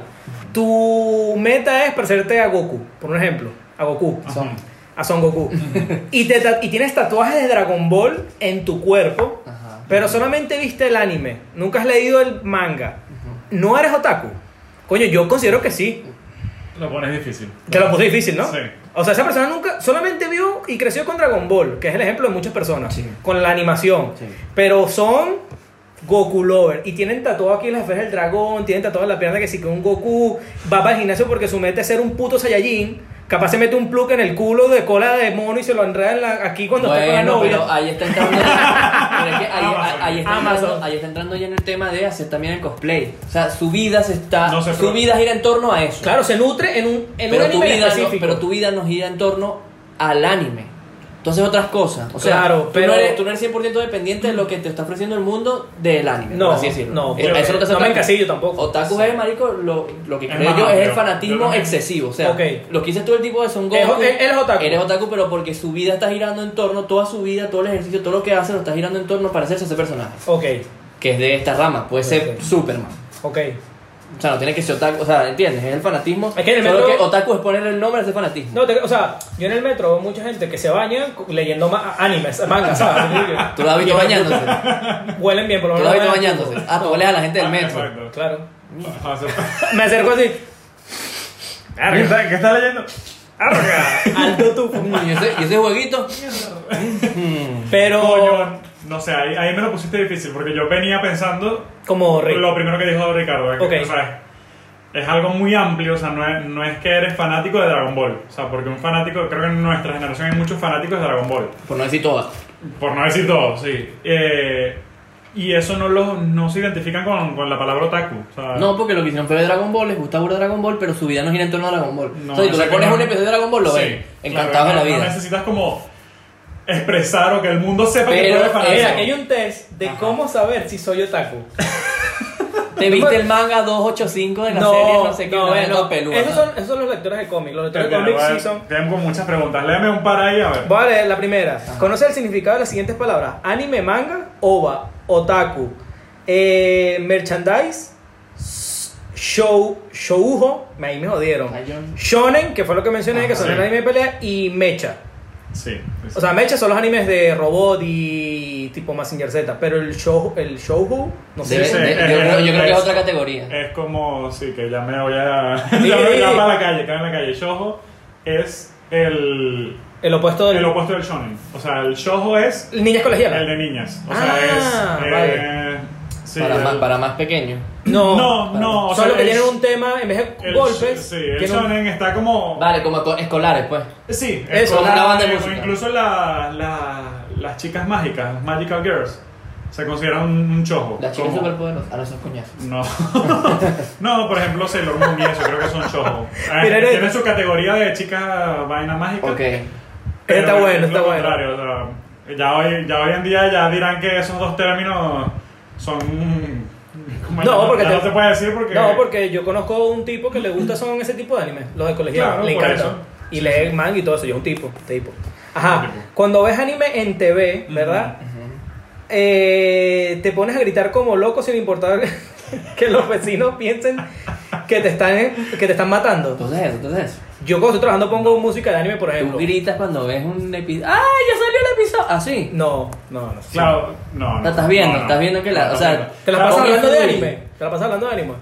Speaker 4: Tu meta es parecerte a Goku, por un ejemplo. A Goku.
Speaker 3: Ajá.
Speaker 4: A Son Goku. y, te ta- y tienes tatuajes de Dragon Ball en tu cuerpo,
Speaker 1: Ajá.
Speaker 4: pero solamente viste el anime. Nunca has leído el manga. No eres otaku. Coño, yo considero que sí.
Speaker 3: Lo pones difícil.
Speaker 4: Te lo puse difícil, ¿no?
Speaker 3: Sí.
Speaker 4: O sea, esa persona nunca, solamente vio y creció con Dragon Ball, que es el ejemplo de muchas personas,
Speaker 1: Sí.
Speaker 4: con la animación.
Speaker 1: Sí.
Speaker 4: Pero son Goku lover y tienen tatuado aquí las esferas del dragón, tienen tatuado en la pierna que sí que un Goku va para el gimnasio porque su meta es ser un puto Saiyajin. Capaz se mete un plug en el culo de cola de mono y se lo enreda en la- aquí cuando está con la
Speaker 1: Bueno,
Speaker 4: novia.
Speaker 1: pero ah, ahí está entrando. pero es que ahí,
Speaker 3: Amazon.
Speaker 1: ahí está
Speaker 4: Amazon.
Speaker 1: entrando, ahí está entrando ya en el tema de hacer también el cosplay. O sea, su vida se está.
Speaker 3: No se
Speaker 1: su
Speaker 3: pro-
Speaker 1: vida gira en torno a eso.
Speaker 4: Claro, se nutre en un, en un
Speaker 1: pero, tu
Speaker 4: anime
Speaker 1: vida no,
Speaker 4: específico.
Speaker 1: pero tu vida no gira en torno al anime. Entonces otras cosas. O sea,
Speaker 4: Claro,
Speaker 1: tú,
Speaker 4: pero-
Speaker 1: no eres, tú no eres 100% dependiente de lo que te está ofreciendo el mundo del anime.
Speaker 4: No,
Speaker 1: por así decirlo.
Speaker 4: no,
Speaker 1: Eh,
Speaker 4: yo-
Speaker 1: eso es lo que hace
Speaker 4: no me
Speaker 1: otaku.
Speaker 4: encasillo tampoco.
Speaker 1: Otaku es, marico, lo, lo que
Speaker 3: Es
Speaker 1: creo
Speaker 3: más
Speaker 1: yo es el
Speaker 3: amplio. Yo
Speaker 1: fanatismo
Speaker 3: también.
Speaker 1: excesivo. O sea,
Speaker 4: Ok.
Speaker 1: lo que dices tú el tipo de Son
Speaker 4: Es-
Speaker 1: Goku.
Speaker 4: él- él es otaku.
Speaker 1: Eres otaku, pero porque su vida está girando en torno, toda su vida, todo el ejercicio, todo lo que hace, lo está girando en torno para hacerse ese personaje.
Speaker 4: Ok,
Speaker 1: Que es de esta rama, puede ser
Speaker 4: Ok.
Speaker 1: Superman.
Speaker 4: ok.
Speaker 1: O sea, no tiene que ser otaku, o sea, ¿entiendes? Es el fanatismo.
Speaker 4: Es que en el
Speaker 1: solo
Speaker 4: metro-
Speaker 1: que otaku es ponerle el nombre a ese fanatismo.
Speaker 4: No, te- o sea, yo en el metro veo mucha gente que se baña co- leyendo ma- animes, mangas, ¿sabes?
Speaker 1: Tú lo has visto bañándose.
Speaker 4: Huelen bien, por lo
Speaker 1: Tú lo
Speaker 4: menos.
Speaker 1: has visto
Speaker 4: huelen bien.
Speaker 1: bañándose. Ah, tú hueles a la gente del
Speaker 3: Ah,
Speaker 1: metro.
Speaker 3: Exacto.
Speaker 4: Claro.
Speaker 3: Ah, se-
Speaker 4: Me acerco así.
Speaker 3: Arre, ¿Qué está- qué estás leyendo?
Speaker 4: ¡Arga! ah, Alto tufo.
Speaker 1: Mm, Y ese, y ese jueguito.
Speaker 4: Pero.
Speaker 3: Coño, no sé, ahí, ahí me lo pusiste difícil porque yo venía pensando
Speaker 4: Como rey.
Speaker 3: lo primero que dijo Ricardo. que,
Speaker 4: Ok.
Speaker 3: o sea, es algo muy amplio, o sea, no es, no es que eres fanático de Dragon Ball. O sea, porque un fanático, creo que en nuestra generación hay muchos fanáticos de Dragon Ball.
Speaker 1: Por no decir todas.
Speaker 3: Por no decir todo, sí. Eh, y eso no, los, no se identifican con, con la palabra otaku. O sea,
Speaker 1: No, porque lo que hicieron fue de Dragon Ball, les gusta burda Dragon Ball, pero su vida no gira en torno a Dragon Ball.
Speaker 3: No,
Speaker 1: o sea, si tú
Speaker 3: no
Speaker 1: le
Speaker 3: sé
Speaker 1: pones
Speaker 3: qué
Speaker 1: un
Speaker 3: no.
Speaker 1: episodio de Dragon Ball, lo
Speaker 3: Sí,
Speaker 1: ven.
Speaker 3: claro,
Speaker 1: Encantados
Speaker 3: no-
Speaker 1: de la
Speaker 3: No
Speaker 1: vida.
Speaker 3: necesitas como expresar o que el mundo sepa que
Speaker 1: Pero
Speaker 3: tú eres fanático.
Speaker 4: Mira, aquí hay un test de
Speaker 3: Ajá.
Speaker 4: cómo saber si soy otaku.
Speaker 1: Te viste el manga 285 de la serie, no sé qué, no,
Speaker 4: bueno,
Speaker 1: no, peluda.
Speaker 4: Esos son, esos son los lectores de cómics. Los lectores de
Speaker 3: Espera,
Speaker 4: cómics
Speaker 3: voy a-
Speaker 4: sí son.
Speaker 3: Tengo muchas preguntas. Léame un par ahí a ver.
Speaker 4: Voy a leer la primera. Conoce el significado de las siguientes palabras: anime, manga, ova, otaku, eh, merchandise, s- show, shoujo. Ahí me jodieron.
Speaker 1: Ay, yo-
Speaker 4: Shonen, que fue lo que mencioné, que son
Speaker 3: sí.
Speaker 4: el anime de pelea, y mecha.
Speaker 3: Sí. sí.
Speaker 4: O sea, mecha son los animes de robot y tipo Mazinger Z, pero el show, el shoujo, no sé.
Speaker 1: Debe-
Speaker 3: Sí,
Speaker 1: de-
Speaker 3: sí,
Speaker 1: yo,
Speaker 3: es-
Speaker 1: creo, yo
Speaker 3: es-
Speaker 1: creo que es
Speaker 3: es-
Speaker 1: otra categoría.
Speaker 3: Es como, sí, que ya me voy a.
Speaker 4: Sí.
Speaker 3: ya me voy a para la calle, cae en la calle. Shoujo es el,
Speaker 4: El opuesto del
Speaker 3: el opuesto del shonen. O sea, el shoujo es
Speaker 4: niñas colegialas.
Speaker 3: el de niñas. O
Speaker 4: Ah,
Speaker 3: sea, es.
Speaker 4: vale.
Speaker 3: eh, sí,
Speaker 1: para,
Speaker 3: el-
Speaker 1: más, para más pequeños.
Speaker 4: No,
Speaker 3: No, no, o sea,
Speaker 4: solo que
Speaker 3: el-
Speaker 4: tienen un tema en vez de
Speaker 3: el-
Speaker 4: golpes.
Speaker 3: Sí, el
Speaker 4: tienen un-
Speaker 3: shonen está como.
Speaker 1: Vale, como co- escolares, pues.
Speaker 3: Sí,
Speaker 4: Eso,
Speaker 3: con
Speaker 1: una
Speaker 3: la-
Speaker 1: banda de
Speaker 3: con
Speaker 1: música.
Speaker 3: Incluso la- la- las chicas mágicas, las Magical Girls, se consideran un, un shoujo.
Speaker 1: Las chicas
Speaker 3: Como-
Speaker 1: superpoderosas. Ahora son Ah, coñazos.
Speaker 3: No. no, por ejemplo, Sailor Moon y eso, creo que son shojo.
Speaker 4: Mira, era-
Speaker 3: Tiene su categoría de chica vaina mágica.
Speaker 1: Ok.
Speaker 3: pero
Speaker 4: Está bueno,
Speaker 3: es lo
Speaker 4: está bueno.
Speaker 3: contrario, o sea, ya, hoy, ya hoy en día ya dirán que esos dos términos son. ¿cómo es?
Speaker 4: No,
Speaker 3: Ya
Speaker 4: porque
Speaker 3: ya
Speaker 4: te-
Speaker 3: no se puede decir porque.
Speaker 4: No, porque yo conozco a un tipo que le gusta son ese tipo de animes, los de colegial,
Speaker 3: Claro,
Speaker 4: le
Speaker 3: por
Speaker 4: encanta.
Speaker 3: eso.
Speaker 4: Y lee manga y todo eso, yo un tipo, tipo. Ajá,
Speaker 3: Un tipo.
Speaker 4: cuando ves anime en TV, ¿verdad? Eh, te pones a gritar como loco sin importar que los vecinos piensen que te están que te están matando.
Speaker 1: Entonces eso, entonces eso.
Speaker 4: Yo cuando estoy trabajando pongo música de anime, por
Speaker 1: Tú
Speaker 4: ejemplo.
Speaker 1: gritas cuando ves un episodio. ¡Ah, ya salió el risa así.
Speaker 4: No, no, no.
Speaker 3: Claro, no, no.
Speaker 1: La estás viendo,
Speaker 3: no, no.
Speaker 1: estás viendo que la-
Speaker 3: No,
Speaker 1: o sea,
Speaker 3: no.
Speaker 4: ¿Te la
Speaker 3: Claro,
Speaker 4: pasas
Speaker 1: Claro,
Speaker 4: hablando de
Speaker 1: sí.
Speaker 4: anime? ¿Te la pasas hablando de anime?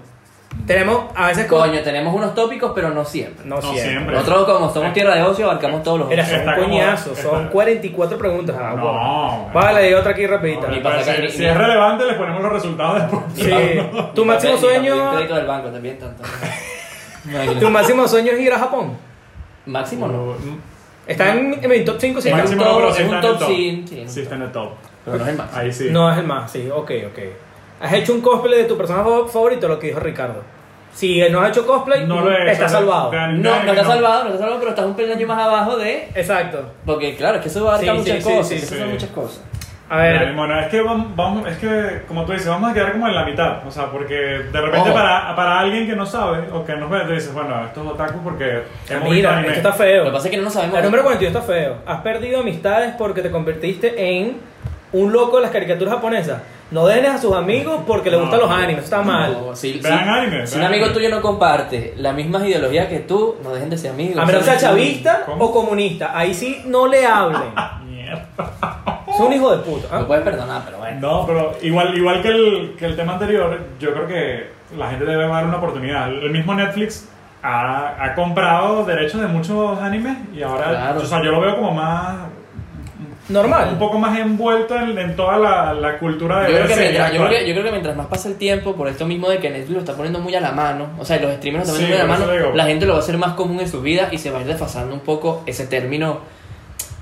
Speaker 4: Tenemos a veces como-
Speaker 1: Coño, tenemos unos tópicos, pero no siempre.
Speaker 4: No,
Speaker 3: No
Speaker 4: siempre.
Speaker 3: siempre.
Speaker 1: Nosotros, como somos tierra de ocio, abarcamos todos los
Speaker 4: Era
Speaker 1: ocios.
Speaker 4: son
Speaker 3: Está como-
Speaker 4: coñazos, son
Speaker 3: está-
Speaker 4: 44 preguntas. Ah,
Speaker 3: No,
Speaker 4: bueno.
Speaker 3: bueno.
Speaker 4: Vale, y otra aquí rapidita.
Speaker 1: No, ni
Speaker 3: Pero
Speaker 1: pasa
Speaker 3: si-
Speaker 1: que-
Speaker 3: si es relevante, les ponemos los resultados después.
Speaker 4: Sí. Tu máximo
Speaker 1: Y también
Speaker 4: sueño,
Speaker 1: crédito del banco también, tanto.
Speaker 4: tu máximo sueño es ir a Japón.
Speaker 1: Máximo no.
Speaker 4: Está en, en mi top 5 si
Speaker 1: Máximo.
Speaker 4: está-
Speaker 1: un top,
Speaker 3: pero
Speaker 1: es un
Speaker 3: está en el
Speaker 1: top, sí, sí,
Speaker 3: Sí, está en el top.
Speaker 1: Pero no es el máximo.
Speaker 3: Ahí sí.
Speaker 4: No es el más, sí, ok, ok. ¿Has hecho un cosplay de tu personaje fa- favorito? Lo que dijo Ricardo. Si no has hecho cosplay,
Speaker 3: No lo he
Speaker 4: está
Speaker 3: hecho,
Speaker 4: salvado.
Speaker 3: de- de-
Speaker 1: No, no
Speaker 3: no.
Speaker 1: está salvado, no está salvado, pero estás un peldaño más abajo de.
Speaker 4: Exacto.
Speaker 1: Porque, claro, es que eso va a abarcar
Speaker 4: Sí, sí,
Speaker 1: muchas
Speaker 4: sí,
Speaker 1: cosas.
Speaker 4: sí,
Speaker 1: eso
Speaker 3: sí.
Speaker 1: son muchas cosas.
Speaker 4: A ver,
Speaker 3: Dale, mono, es que vam- vamos, es que como tú dices, vamos a quedar como en la mitad, o sea, porque de repente
Speaker 1: Ojo.
Speaker 3: para, para alguien que no sabe o que nos ve, tú dices, bueno, esto es otaku porque hemos visto
Speaker 4: mira,
Speaker 3: anime.
Speaker 4: esto está
Speaker 1: Lo que
Speaker 4: feo.
Speaker 1: pasa es que no lo sabemos.
Speaker 4: El número 42 está feo. Has perdido amistades porque te convertiste en un loco de las caricaturas japonesas. No dejes a sus amigos porque le
Speaker 3: No.
Speaker 4: gustan los animes. Está mal.
Speaker 1: No, si, si-
Speaker 3: Vean anime,
Speaker 1: si
Speaker 3: vean
Speaker 1: un amigo
Speaker 3: anime.
Speaker 1: tuyo no comparte las mismas ideologías que tú, no dejen de ser amigos.
Speaker 4: A menos que sea chavista
Speaker 3: ¿Cómo?
Speaker 4: o comunista. Ahí sí no le hablen.
Speaker 3: Mierda.
Speaker 4: Es un hijo de puta. ¿ah?
Speaker 1: Lo puedes perdonar, pero bueno.
Speaker 3: No, pero igual, igual que, el, que el tema anterior, yo creo que la gente debe dar una oportunidad. El mismo Netflix ha, ha comprado derechos de muchos animes y ahora,
Speaker 1: Claro.
Speaker 3: o sea, yo lo veo como más, un
Speaker 4: Normal.
Speaker 3: poco más envuelto en, en toda la, la cultura
Speaker 1: Yo
Speaker 3: de
Speaker 1: creo, que
Speaker 3: serie
Speaker 1: mientras, yo, creo
Speaker 3: actual.
Speaker 1: que, yo creo que mientras más pasa el tiempo, por esto mismo de que Netflix lo está poniendo muy a la mano, o sea, y los streamers lo están
Speaker 3: Sí,
Speaker 1: poniendo muy a la
Speaker 3: por eso
Speaker 1: mano,
Speaker 3: digo.
Speaker 1: la gente lo va a hacer más común en su vida y se va a ir desfasando un poco ese término.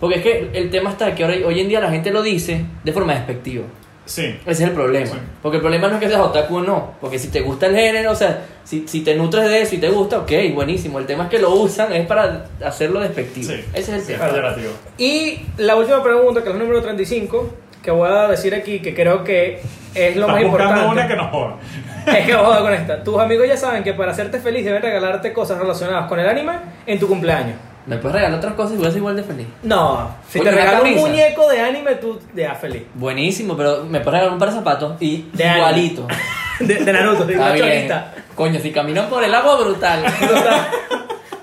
Speaker 1: Porque es que el tema está que ahora, hoy en día la gente lo dice de forma despectiva.
Speaker 3: Sí.
Speaker 1: Ese es el problema.
Speaker 3: Sí.
Speaker 1: Porque el problema no es que seas otaku o no. Porque si te gusta el género, o sea, si, si te nutres de eso y te gusta, ok, buenísimo. El tema es que lo usan es para hacerlo despectivo.
Speaker 3: Sí.
Speaker 1: Ese es el
Speaker 3: Es
Speaker 1: tema.
Speaker 3: peyorativo.
Speaker 4: Y la última pregunta, que es el número 35, que voy a decir aquí, que creo que es lo más
Speaker 3: Estás buscando
Speaker 4: importante.
Speaker 3: una que nos joda.
Speaker 4: Es que joda con esta. Tus amigos ya saben que para hacerte feliz deben regalarte cosas relacionadas con el anime en tu cumpleaños.
Speaker 1: Me puedes regalar otras cosas y voy a ser igual de feliz.
Speaker 4: No, si
Speaker 1: Oye,
Speaker 4: te
Speaker 1: una
Speaker 4: regalan un
Speaker 1: camisa.
Speaker 4: muñeco de anime, tú te das feliz.
Speaker 1: Buenísimo, pero me puedes regalar un par de zapatos y
Speaker 4: De anime.
Speaker 1: igualito.
Speaker 4: De, de Naruto, de
Speaker 1: Está
Speaker 4: una
Speaker 1: Ah, bien.
Speaker 4: chorrita.
Speaker 1: Coño, si caminan por el agua, brutal.
Speaker 4: Total.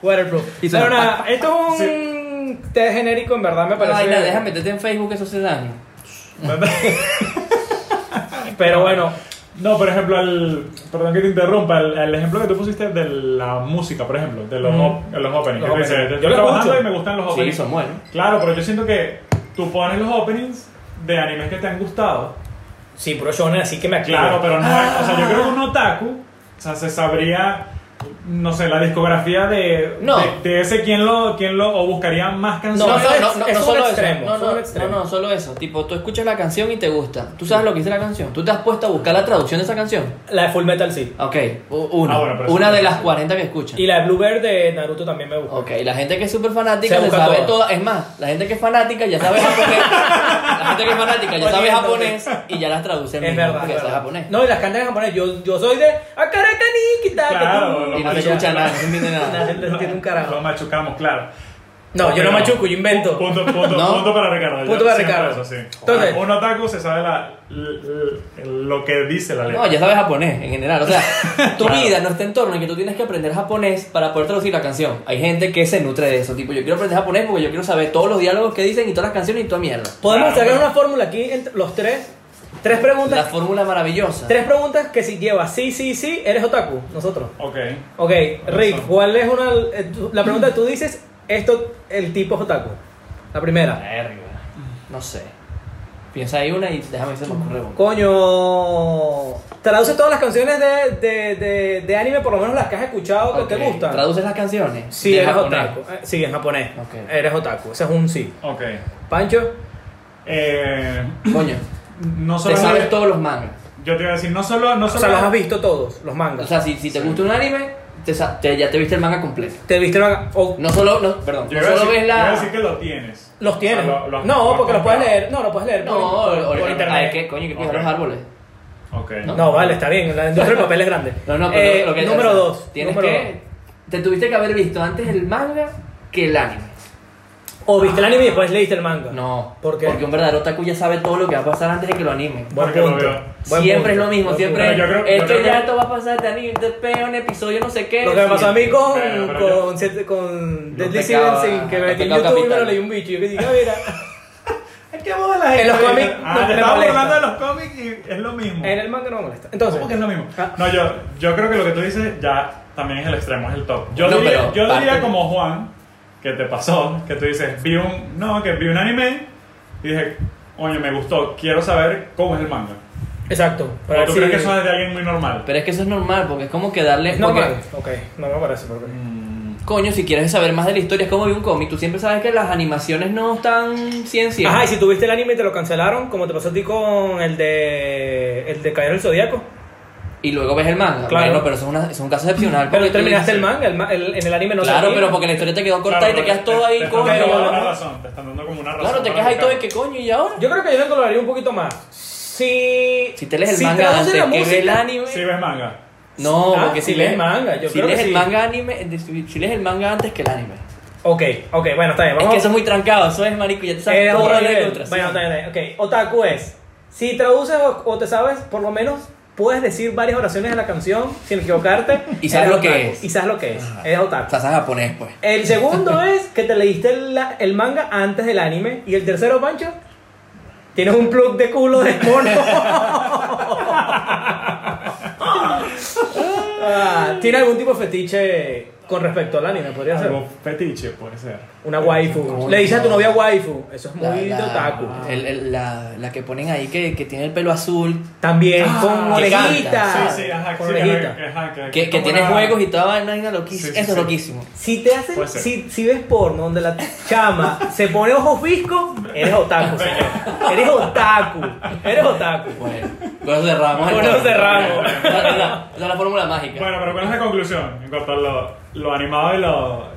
Speaker 4: Waterproof.
Speaker 1: Y
Speaker 4: Pero
Speaker 1: suena-
Speaker 4: nada, esto es un té genérico, en verdad me parece.
Speaker 1: Ay, no, déjame meterte en Facebook, eso se daño.
Speaker 4: Pero bueno,
Speaker 3: No, por ejemplo, el, perdón que te interrumpa, el, el ejemplo que tú pusiste de la música, por ejemplo, de los,
Speaker 4: Mm.
Speaker 3: op- los openings.
Speaker 4: Los
Speaker 3: que tú
Speaker 4: openings.
Speaker 3: dices, "Yo
Speaker 4: Yo
Speaker 3: estoy
Speaker 4: los
Speaker 3: trabajando
Speaker 4: escucho.
Speaker 3: y me gustan los
Speaker 1: Sí,
Speaker 3: openings.
Speaker 1: son buenos.
Speaker 3: Claro, pero yo siento que tú pones los openings de animes que te han gustado.
Speaker 4: sí, pero shonen, así que me aclaro.
Speaker 3: Claro, pero no es- O sea, yo creo
Speaker 4: Ah.
Speaker 3: que un otaku, o sea, se sabría, no sé, la discografía de,
Speaker 1: No.
Speaker 3: de, de ese quién lo, quién lo, o buscaría más
Speaker 1: No,
Speaker 4: No,
Speaker 1: no,
Speaker 3: canciones.
Speaker 1: no,
Speaker 4: es-
Speaker 1: no, no,
Speaker 4: es un
Speaker 1: solo
Speaker 4: extremo,
Speaker 1: eso.
Speaker 4: es
Speaker 1: No,
Speaker 4: un
Speaker 1: no,
Speaker 4: extremo.
Speaker 1: no, no, solo eso. Tipo, tú escuchas la canción y te gusta. Tú sabes lo que dice la canción. Tú te has puesto a buscar la traducción de esa canción.
Speaker 4: La de Full Metal sí.
Speaker 1: Ok, u- una.
Speaker 3: Ah, bueno, pero eso
Speaker 1: una
Speaker 3: no
Speaker 1: de
Speaker 3: es
Speaker 1: las
Speaker 3: así.
Speaker 1: 40 que escuchan.
Speaker 4: Y la de Bluebird de Naruto también me gusta.
Speaker 1: Ok, la gente que es súper fanática
Speaker 4: Se
Speaker 1: se
Speaker 4: busca
Speaker 1: sabe
Speaker 4: todas.
Speaker 1: toda. Es más, la gente que es fanática ya sabe japonés. la gente que es fanática ya sabe
Speaker 4: Poniéndote.
Speaker 1: japonés y ya las traduce
Speaker 4: Es
Speaker 1: mismo
Speaker 4: verdad.
Speaker 1: porque
Speaker 4: es
Speaker 1: sabe
Speaker 4: verdad.
Speaker 1: japonés.
Speaker 4: No, y las cantan en japonés. Yo, yo soy de Akarakanikita.
Speaker 3: Claro,
Speaker 1: y no se
Speaker 3: ya.
Speaker 1: escucha nada, no se entiende
Speaker 4: La
Speaker 1: nada.
Speaker 4: gente
Speaker 3: Lo-
Speaker 4: entiende un carajo.
Speaker 3: Lo machucamos, claro.
Speaker 4: No, yo no
Speaker 3: Pero-
Speaker 4: machuco, yo invento.
Speaker 3: Punto, punto,
Speaker 1: No.
Speaker 3: punto para Ricardo. yo
Speaker 4: Punto para
Speaker 3: siempre
Speaker 4: Ricardo.
Speaker 3: eso, sí.
Speaker 4: Entonces-
Speaker 3: un otaku se sabe la, l- l- lo que dice la letra.
Speaker 1: No, ya sabes japonés en general. O sea, tu
Speaker 3: Claro.
Speaker 1: vida no está en torno en que tú tienes que aprender japonés para poder traducir la canción. Hay gente que se nutre de eso. Tipo, yo quiero aprender japonés porque yo quiero saber todos los diálogos que dicen y todas las canciones y toda mierda.
Speaker 4: Podemos
Speaker 3: Claro,
Speaker 4: sacar
Speaker 3: bueno.
Speaker 4: una fórmula aquí, entre los tres. Tres
Speaker 1: La
Speaker 4: preguntas.
Speaker 1: fórmula maravillosa.
Speaker 4: Tres preguntas que si llevas sí, sí, sí, eres otaku. Nosotros.
Speaker 3: Ok.
Speaker 4: Ok, Rick, ¿cuál es una. eh, tú- La pregunta que tú dices, esto, el tipo es otaku. La primera.
Speaker 1: No sé. Piensa ahí una y déjame que se me ocurre una.
Speaker 4: Coño. Traduce todas las canciones de, de, de, de anime, por lo menos las que has escuchado que
Speaker 1: Ok,
Speaker 4: te gustan.
Speaker 1: ¿Traduces las canciones?
Speaker 4: Sí,
Speaker 1: De
Speaker 4: eres
Speaker 1: japonés.
Speaker 4: otaku. Eh, Sí, en japonés.
Speaker 1: Ok.
Speaker 4: Eres otaku. Ese es un sí.
Speaker 3: Ok.
Speaker 4: Pancho,
Speaker 3: Eh,
Speaker 1: Coño,
Speaker 3: no
Speaker 1: te
Speaker 3: solo.
Speaker 1: sabes todos los mangas.
Speaker 3: Yo te iba a decir, no solo. No
Speaker 4: o
Speaker 3: solo
Speaker 4: sea, los has visto todos, los mangas.
Speaker 1: O sea, si, si te gusta un anime, te, sa- te- ya te viste el manga completo.
Speaker 4: te viste una- o-
Speaker 1: No solo, no, perdón,
Speaker 3: Yo
Speaker 1: no
Speaker 3: iba a
Speaker 1: solo
Speaker 3: decir,
Speaker 1: ves
Speaker 3: yo iba a
Speaker 1: la...
Speaker 3: decir que lo tienes.
Speaker 4: los tienes.
Speaker 3: O sea, Ah, lo- lo has-
Speaker 4: no,
Speaker 3: has
Speaker 4: porque los puedes
Speaker 3: comprado.
Speaker 4: leer. No, lo puedes leer.
Speaker 1: No,
Speaker 4: por,
Speaker 1: o-
Speaker 4: por
Speaker 1: o- ay,
Speaker 4: internet.
Speaker 1: ¿qué coño? que
Speaker 3: Ok.
Speaker 1: los árboles?
Speaker 3: Ok.
Speaker 1: No.
Speaker 4: No, vale, está bien. La industria del papel es grande.
Speaker 1: No, no, pero
Speaker 4: Eh,
Speaker 1: lo que...
Speaker 4: número
Speaker 1: o sea,
Speaker 4: dos.
Speaker 1: Tienes
Speaker 4: número
Speaker 1: que... Te tuviste que haber visto antes el manga que el anime.
Speaker 4: dos. O viste el anime y después leíste el manga.
Speaker 1: Ah. No,
Speaker 4: ¿Por qué?
Speaker 1: porque un verdadero otaku ya sabe todo lo que va a pasar antes de que lo anime.
Speaker 4: Buen
Speaker 3: Porque lo
Speaker 4: punto.
Speaker 3: veo.
Speaker 4: Buen
Speaker 1: siempre es
Speaker 4: punto.
Speaker 1: lo mismo,
Speaker 4: Buen
Speaker 1: siempre.
Speaker 3: Bueno, yo creo-
Speaker 1: esto
Speaker 3: yo creo
Speaker 1: ya
Speaker 3: que-
Speaker 1: esto va a pasar de anime, de peo, un episodio, no sé qué.
Speaker 4: Lo que me pasó a mí con,
Speaker 3: Pero, pero yo-
Speaker 4: con, siete- con
Speaker 1: Los
Speaker 4: Deadly
Speaker 1: pecados-
Speaker 4: Silence, que me
Speaker 1: los
Speaker 4: metí en
Speaker 1: pecados
Speaker 4: YouTube y me lo
Speaker 1: capitales.
Speaker 4: leí un bicho. Yo que dije, ah, mira.
Speaker 3: ¿Qué boda la gente?
Speaker 4: En los cómics,
Speaker 3: Ah,
Speaker 4: no,
Speaker 3: te
Speaker 4: me
Speaker 3: estaba
Speaker 4: molesta.
Speaker 3: burlando de los cómics y es lo mismo.
Speaker 4: En el manga no me molesta. Entonces,
Speaker 3: ¿Cómo que es lo mismo?
Speaker 4: Ah.
Speaker 3: No, yo, yo creo que lo que tú dices ya también es el extremo, es el top. Yo
Speaker 1: No,
Speaker 3: diría,
Speaker 1: pero
Speaker 3: yo
Speaker 1: parte-
Speaker 3: diría como Juan, que te pasó, que tú dices, vi un, no, que vi un anime y dije, oye, me gustó, quiero saber cómo es el manga.
Speaker 4: exacto. para
Speaker 3: ¿O tú
Speaker 4: ver
Speaker 3: crees que
Speaker 4: si-
Speaker 3: eso es de alguien muy normal?
Speaker 1: Pero es que eso es normal, porque es como que darle.
Speaker 4: es
Speaker 1: porque,
Speaker 4: normal? Ok, no me parece. porque-
Speaker 1: Coño, si quieres saber más de la historia, es como vi un cómic. Tú siempre sabes que las animaciones no están ciencia.
Speaker 4: Ajá, y si tuviste el anime y te lo cancelaron, como te pasó a ti con el de. El de Caballero del Zodíaco.
Speaker 1: Ah, Y luego ves el manga.
Speaker 4: Claro.
Speaker 1: Bueno, pero eso es, una- eso es un caso excepcional.
Speaker 4: Pero
Speaker 1: porque tú
Speaker 4: terminaste
Speaker 1: dices-
Speaker 4: el manga, el ma- el- en el anime no
Speaker 1: Claro,
Speaker 4: salía.
Speaker 1: pero porque la historia te quedó corta
Speaker 3: Claro,
Speaker 1: y te
Speaker 3: pero
Speaker 1: quedas todo ahí,
Speaker 3: te
Speaker 1: coño.
Speaker 3: están dando como una
Speaker 4: ¿no?
Speaker 3: razón, te están dando como una razón.
Speaker 1: Claro, te
Speaker 3: para
Speaker 1: quedas ahí todo
Speaker 3: buscar.
Speaker 1: y que coño, y ahora.
Speaker 4: Yo creo que yo le coloraría un poquito más. Si.
Speaker 1: Si te lees el
Speaker 4: si
Speaker 1: manga
Speaker 4: traducen
Speaker 1: antes
Speaker 4: la
Speaker 1: que
Speaker 4: música-
Speaker 1: ve el anime.
Speaker 3: Sí, ves manga.
Speaker 1: No,
Speaker 4: Ah,
Speaker 1: porque
Speaker 4: si
Speaker 1: si
Speaker 4: lees
Speaker 1: lees
Speaker 4: manga, yo
Speaker 1: si
Speaker 4: creo que
Speaker 1: lees el
Speaker 4: sí.
Speaker 1: manga anime, si si lees el manga antes que el anime.
Speaker 4: Ok, ok, bueno, está bien.
Speaker 1: Es
Speaker 4: Vamos
Speaker 1: que eso es muy trancado, eso es marico, ya te sabes
Speaker 4: Eh,
Speaker 1: todo
Speaker 4: otro
Speaker 1: la
Speaker 4: nivel.
Speaker 1: letra.
Speaker 4: Bueno, está bien, está bien. Ok, otaku es. Si traduces o, o te sabes, por lo menos puedes decir varias oraciones de la canción sin equivocarte.
Speaker 1: Y sabes
Speaker 4: Eres
Speaker 1: lo que
Speaker 4: otaku.
Speaker 1: es.
Speaker 4: Y sabes lo que es.
Speaker 1: Ajá.
Speaker 4: Eres otaku.
Speaker 1: O sea, sabes japonés, pues.
Speaker 4: El segundo es que te leíste el, la- el manga antes del anime. Y el tercero, Pancho, tienes un plug de culo de mono. Ah, ¿Tiene algún tipo de fetiche con respecto al anime? Podría ser.
Speaker 3: Algo fetiche puede ser.
Speaker 4: Una waifu.
Speaker 1: Uy,
Speaker 4: Le dices a tu
Speaker 1: no.
Speaker 4: novia waifu. Eso es muy
Speaker 1: La-
Speaker 4: de
Speaker 1: la-
Speaker 4: otaku.
Speaker 1: el- el- la, la que ponen ahí que, que tiene el pelo azul,
Speaker 4: También
Speaker 3: Ah,
Speaker 4: con
Speaker 1: que canta.
Speaker 4: orejitas.
Speaker 3: Sí, sí, ajá,
Speaker 4: con
Speaker 3: sí,
Speaker 4: orejitas.
Speaker 3: que- ajá, que,
Speaker 1: que, que
Speaker 3: como
Speaker 1: tiene
Speaker 3: una-
Speaker 1: juegos y toda vaina vaina loquísima.
Speaker 3: Sí, sí,
Speaker 1: Eso es
Speaker 3: sí.
Speaker 1: loquísimo.
Speaker 4: Si te hacen,
Speaker 3: Puede ser.
Speaker 4: si, si ves porno donde la chama se pone ojos viscos, eres otaku. señor. eres otaku. Eres otaku.
Speaker 1: Bueno, con eso cerramos.
Speaker 4: Con eso cerramos.
Speaker 1: Esa esa- esa es la fórmula mágica.
Speaker 3: Bueno, pero ¿cuál es la conclusión? En cuanto a lo, lo animado y lo.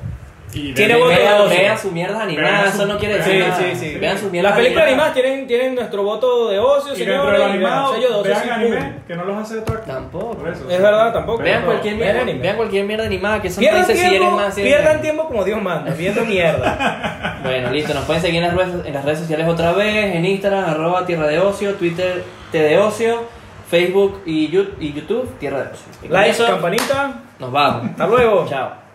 Speaker 3: Y
Speaker 4: Tiene
Speaker 3: de-
Speaker 4: buen
Speaker 1: Vean-
Speaker 4: negocio.
Speaker 1: Vean su mierda animada,
Speaker 3: Vean su-
Speaker 1: eso no quiere decir
Speaker 4: Sí,
Speaker 1: nada.
Speaker 4: sí, sí.
Speaker 1: Vean su mierda
Speaker 4: Las películas animadas tienen, tienen nuestro voto de ocio,
Speaker 3: Y dentro de
Speaker 4: señores.
Speaker 3: lo
Speaker 4: y vean,
Speaker 3: animado,
Speaker 4: sello de ocio
Speaker 3: vean
Speaker 4: sin
Speaker 3: anime,
Speaker 4: público.
Speaker 3: que no los hace otaku.
Speaker 1: Tampoco.
Speaker 3: Por eso,
Speaker 4: Es
Speaker 3: o sea,
Speaker 4: verdad, tampoco.
Speaker 1: Vean cualquier,
Speaker 4: Vean
Speaker 1: mierda,
Speaker 4: anime.
Speaker 1: vean cualquier mierda animada que eso no
Speaker 4: Pierdan,
Speaker 1: dice si eres
Speaker 4: tiempo,
Speaker 1: más. si eres
Speaker 4: pierdan
Speaker 1: menos.
Speaker 4: tiempo como Dios manda, viendo mierda.
Speaker 1: Bueno, listo, nos pueden seguir en las, redes, en las redes sociales otra vez, en Instagram, arroba Tierra de Ocio, Twitter, T de Ocio, Facebook y, Yu- y YouTube, Tierra de Ocio. Y con
Speaker 4: like,
Speaker 1: eso,
Speaker 4: campanita.
Speaker 1: nos vamos.
Speaker 4: Hasta luego.
Speaker 1: Chao.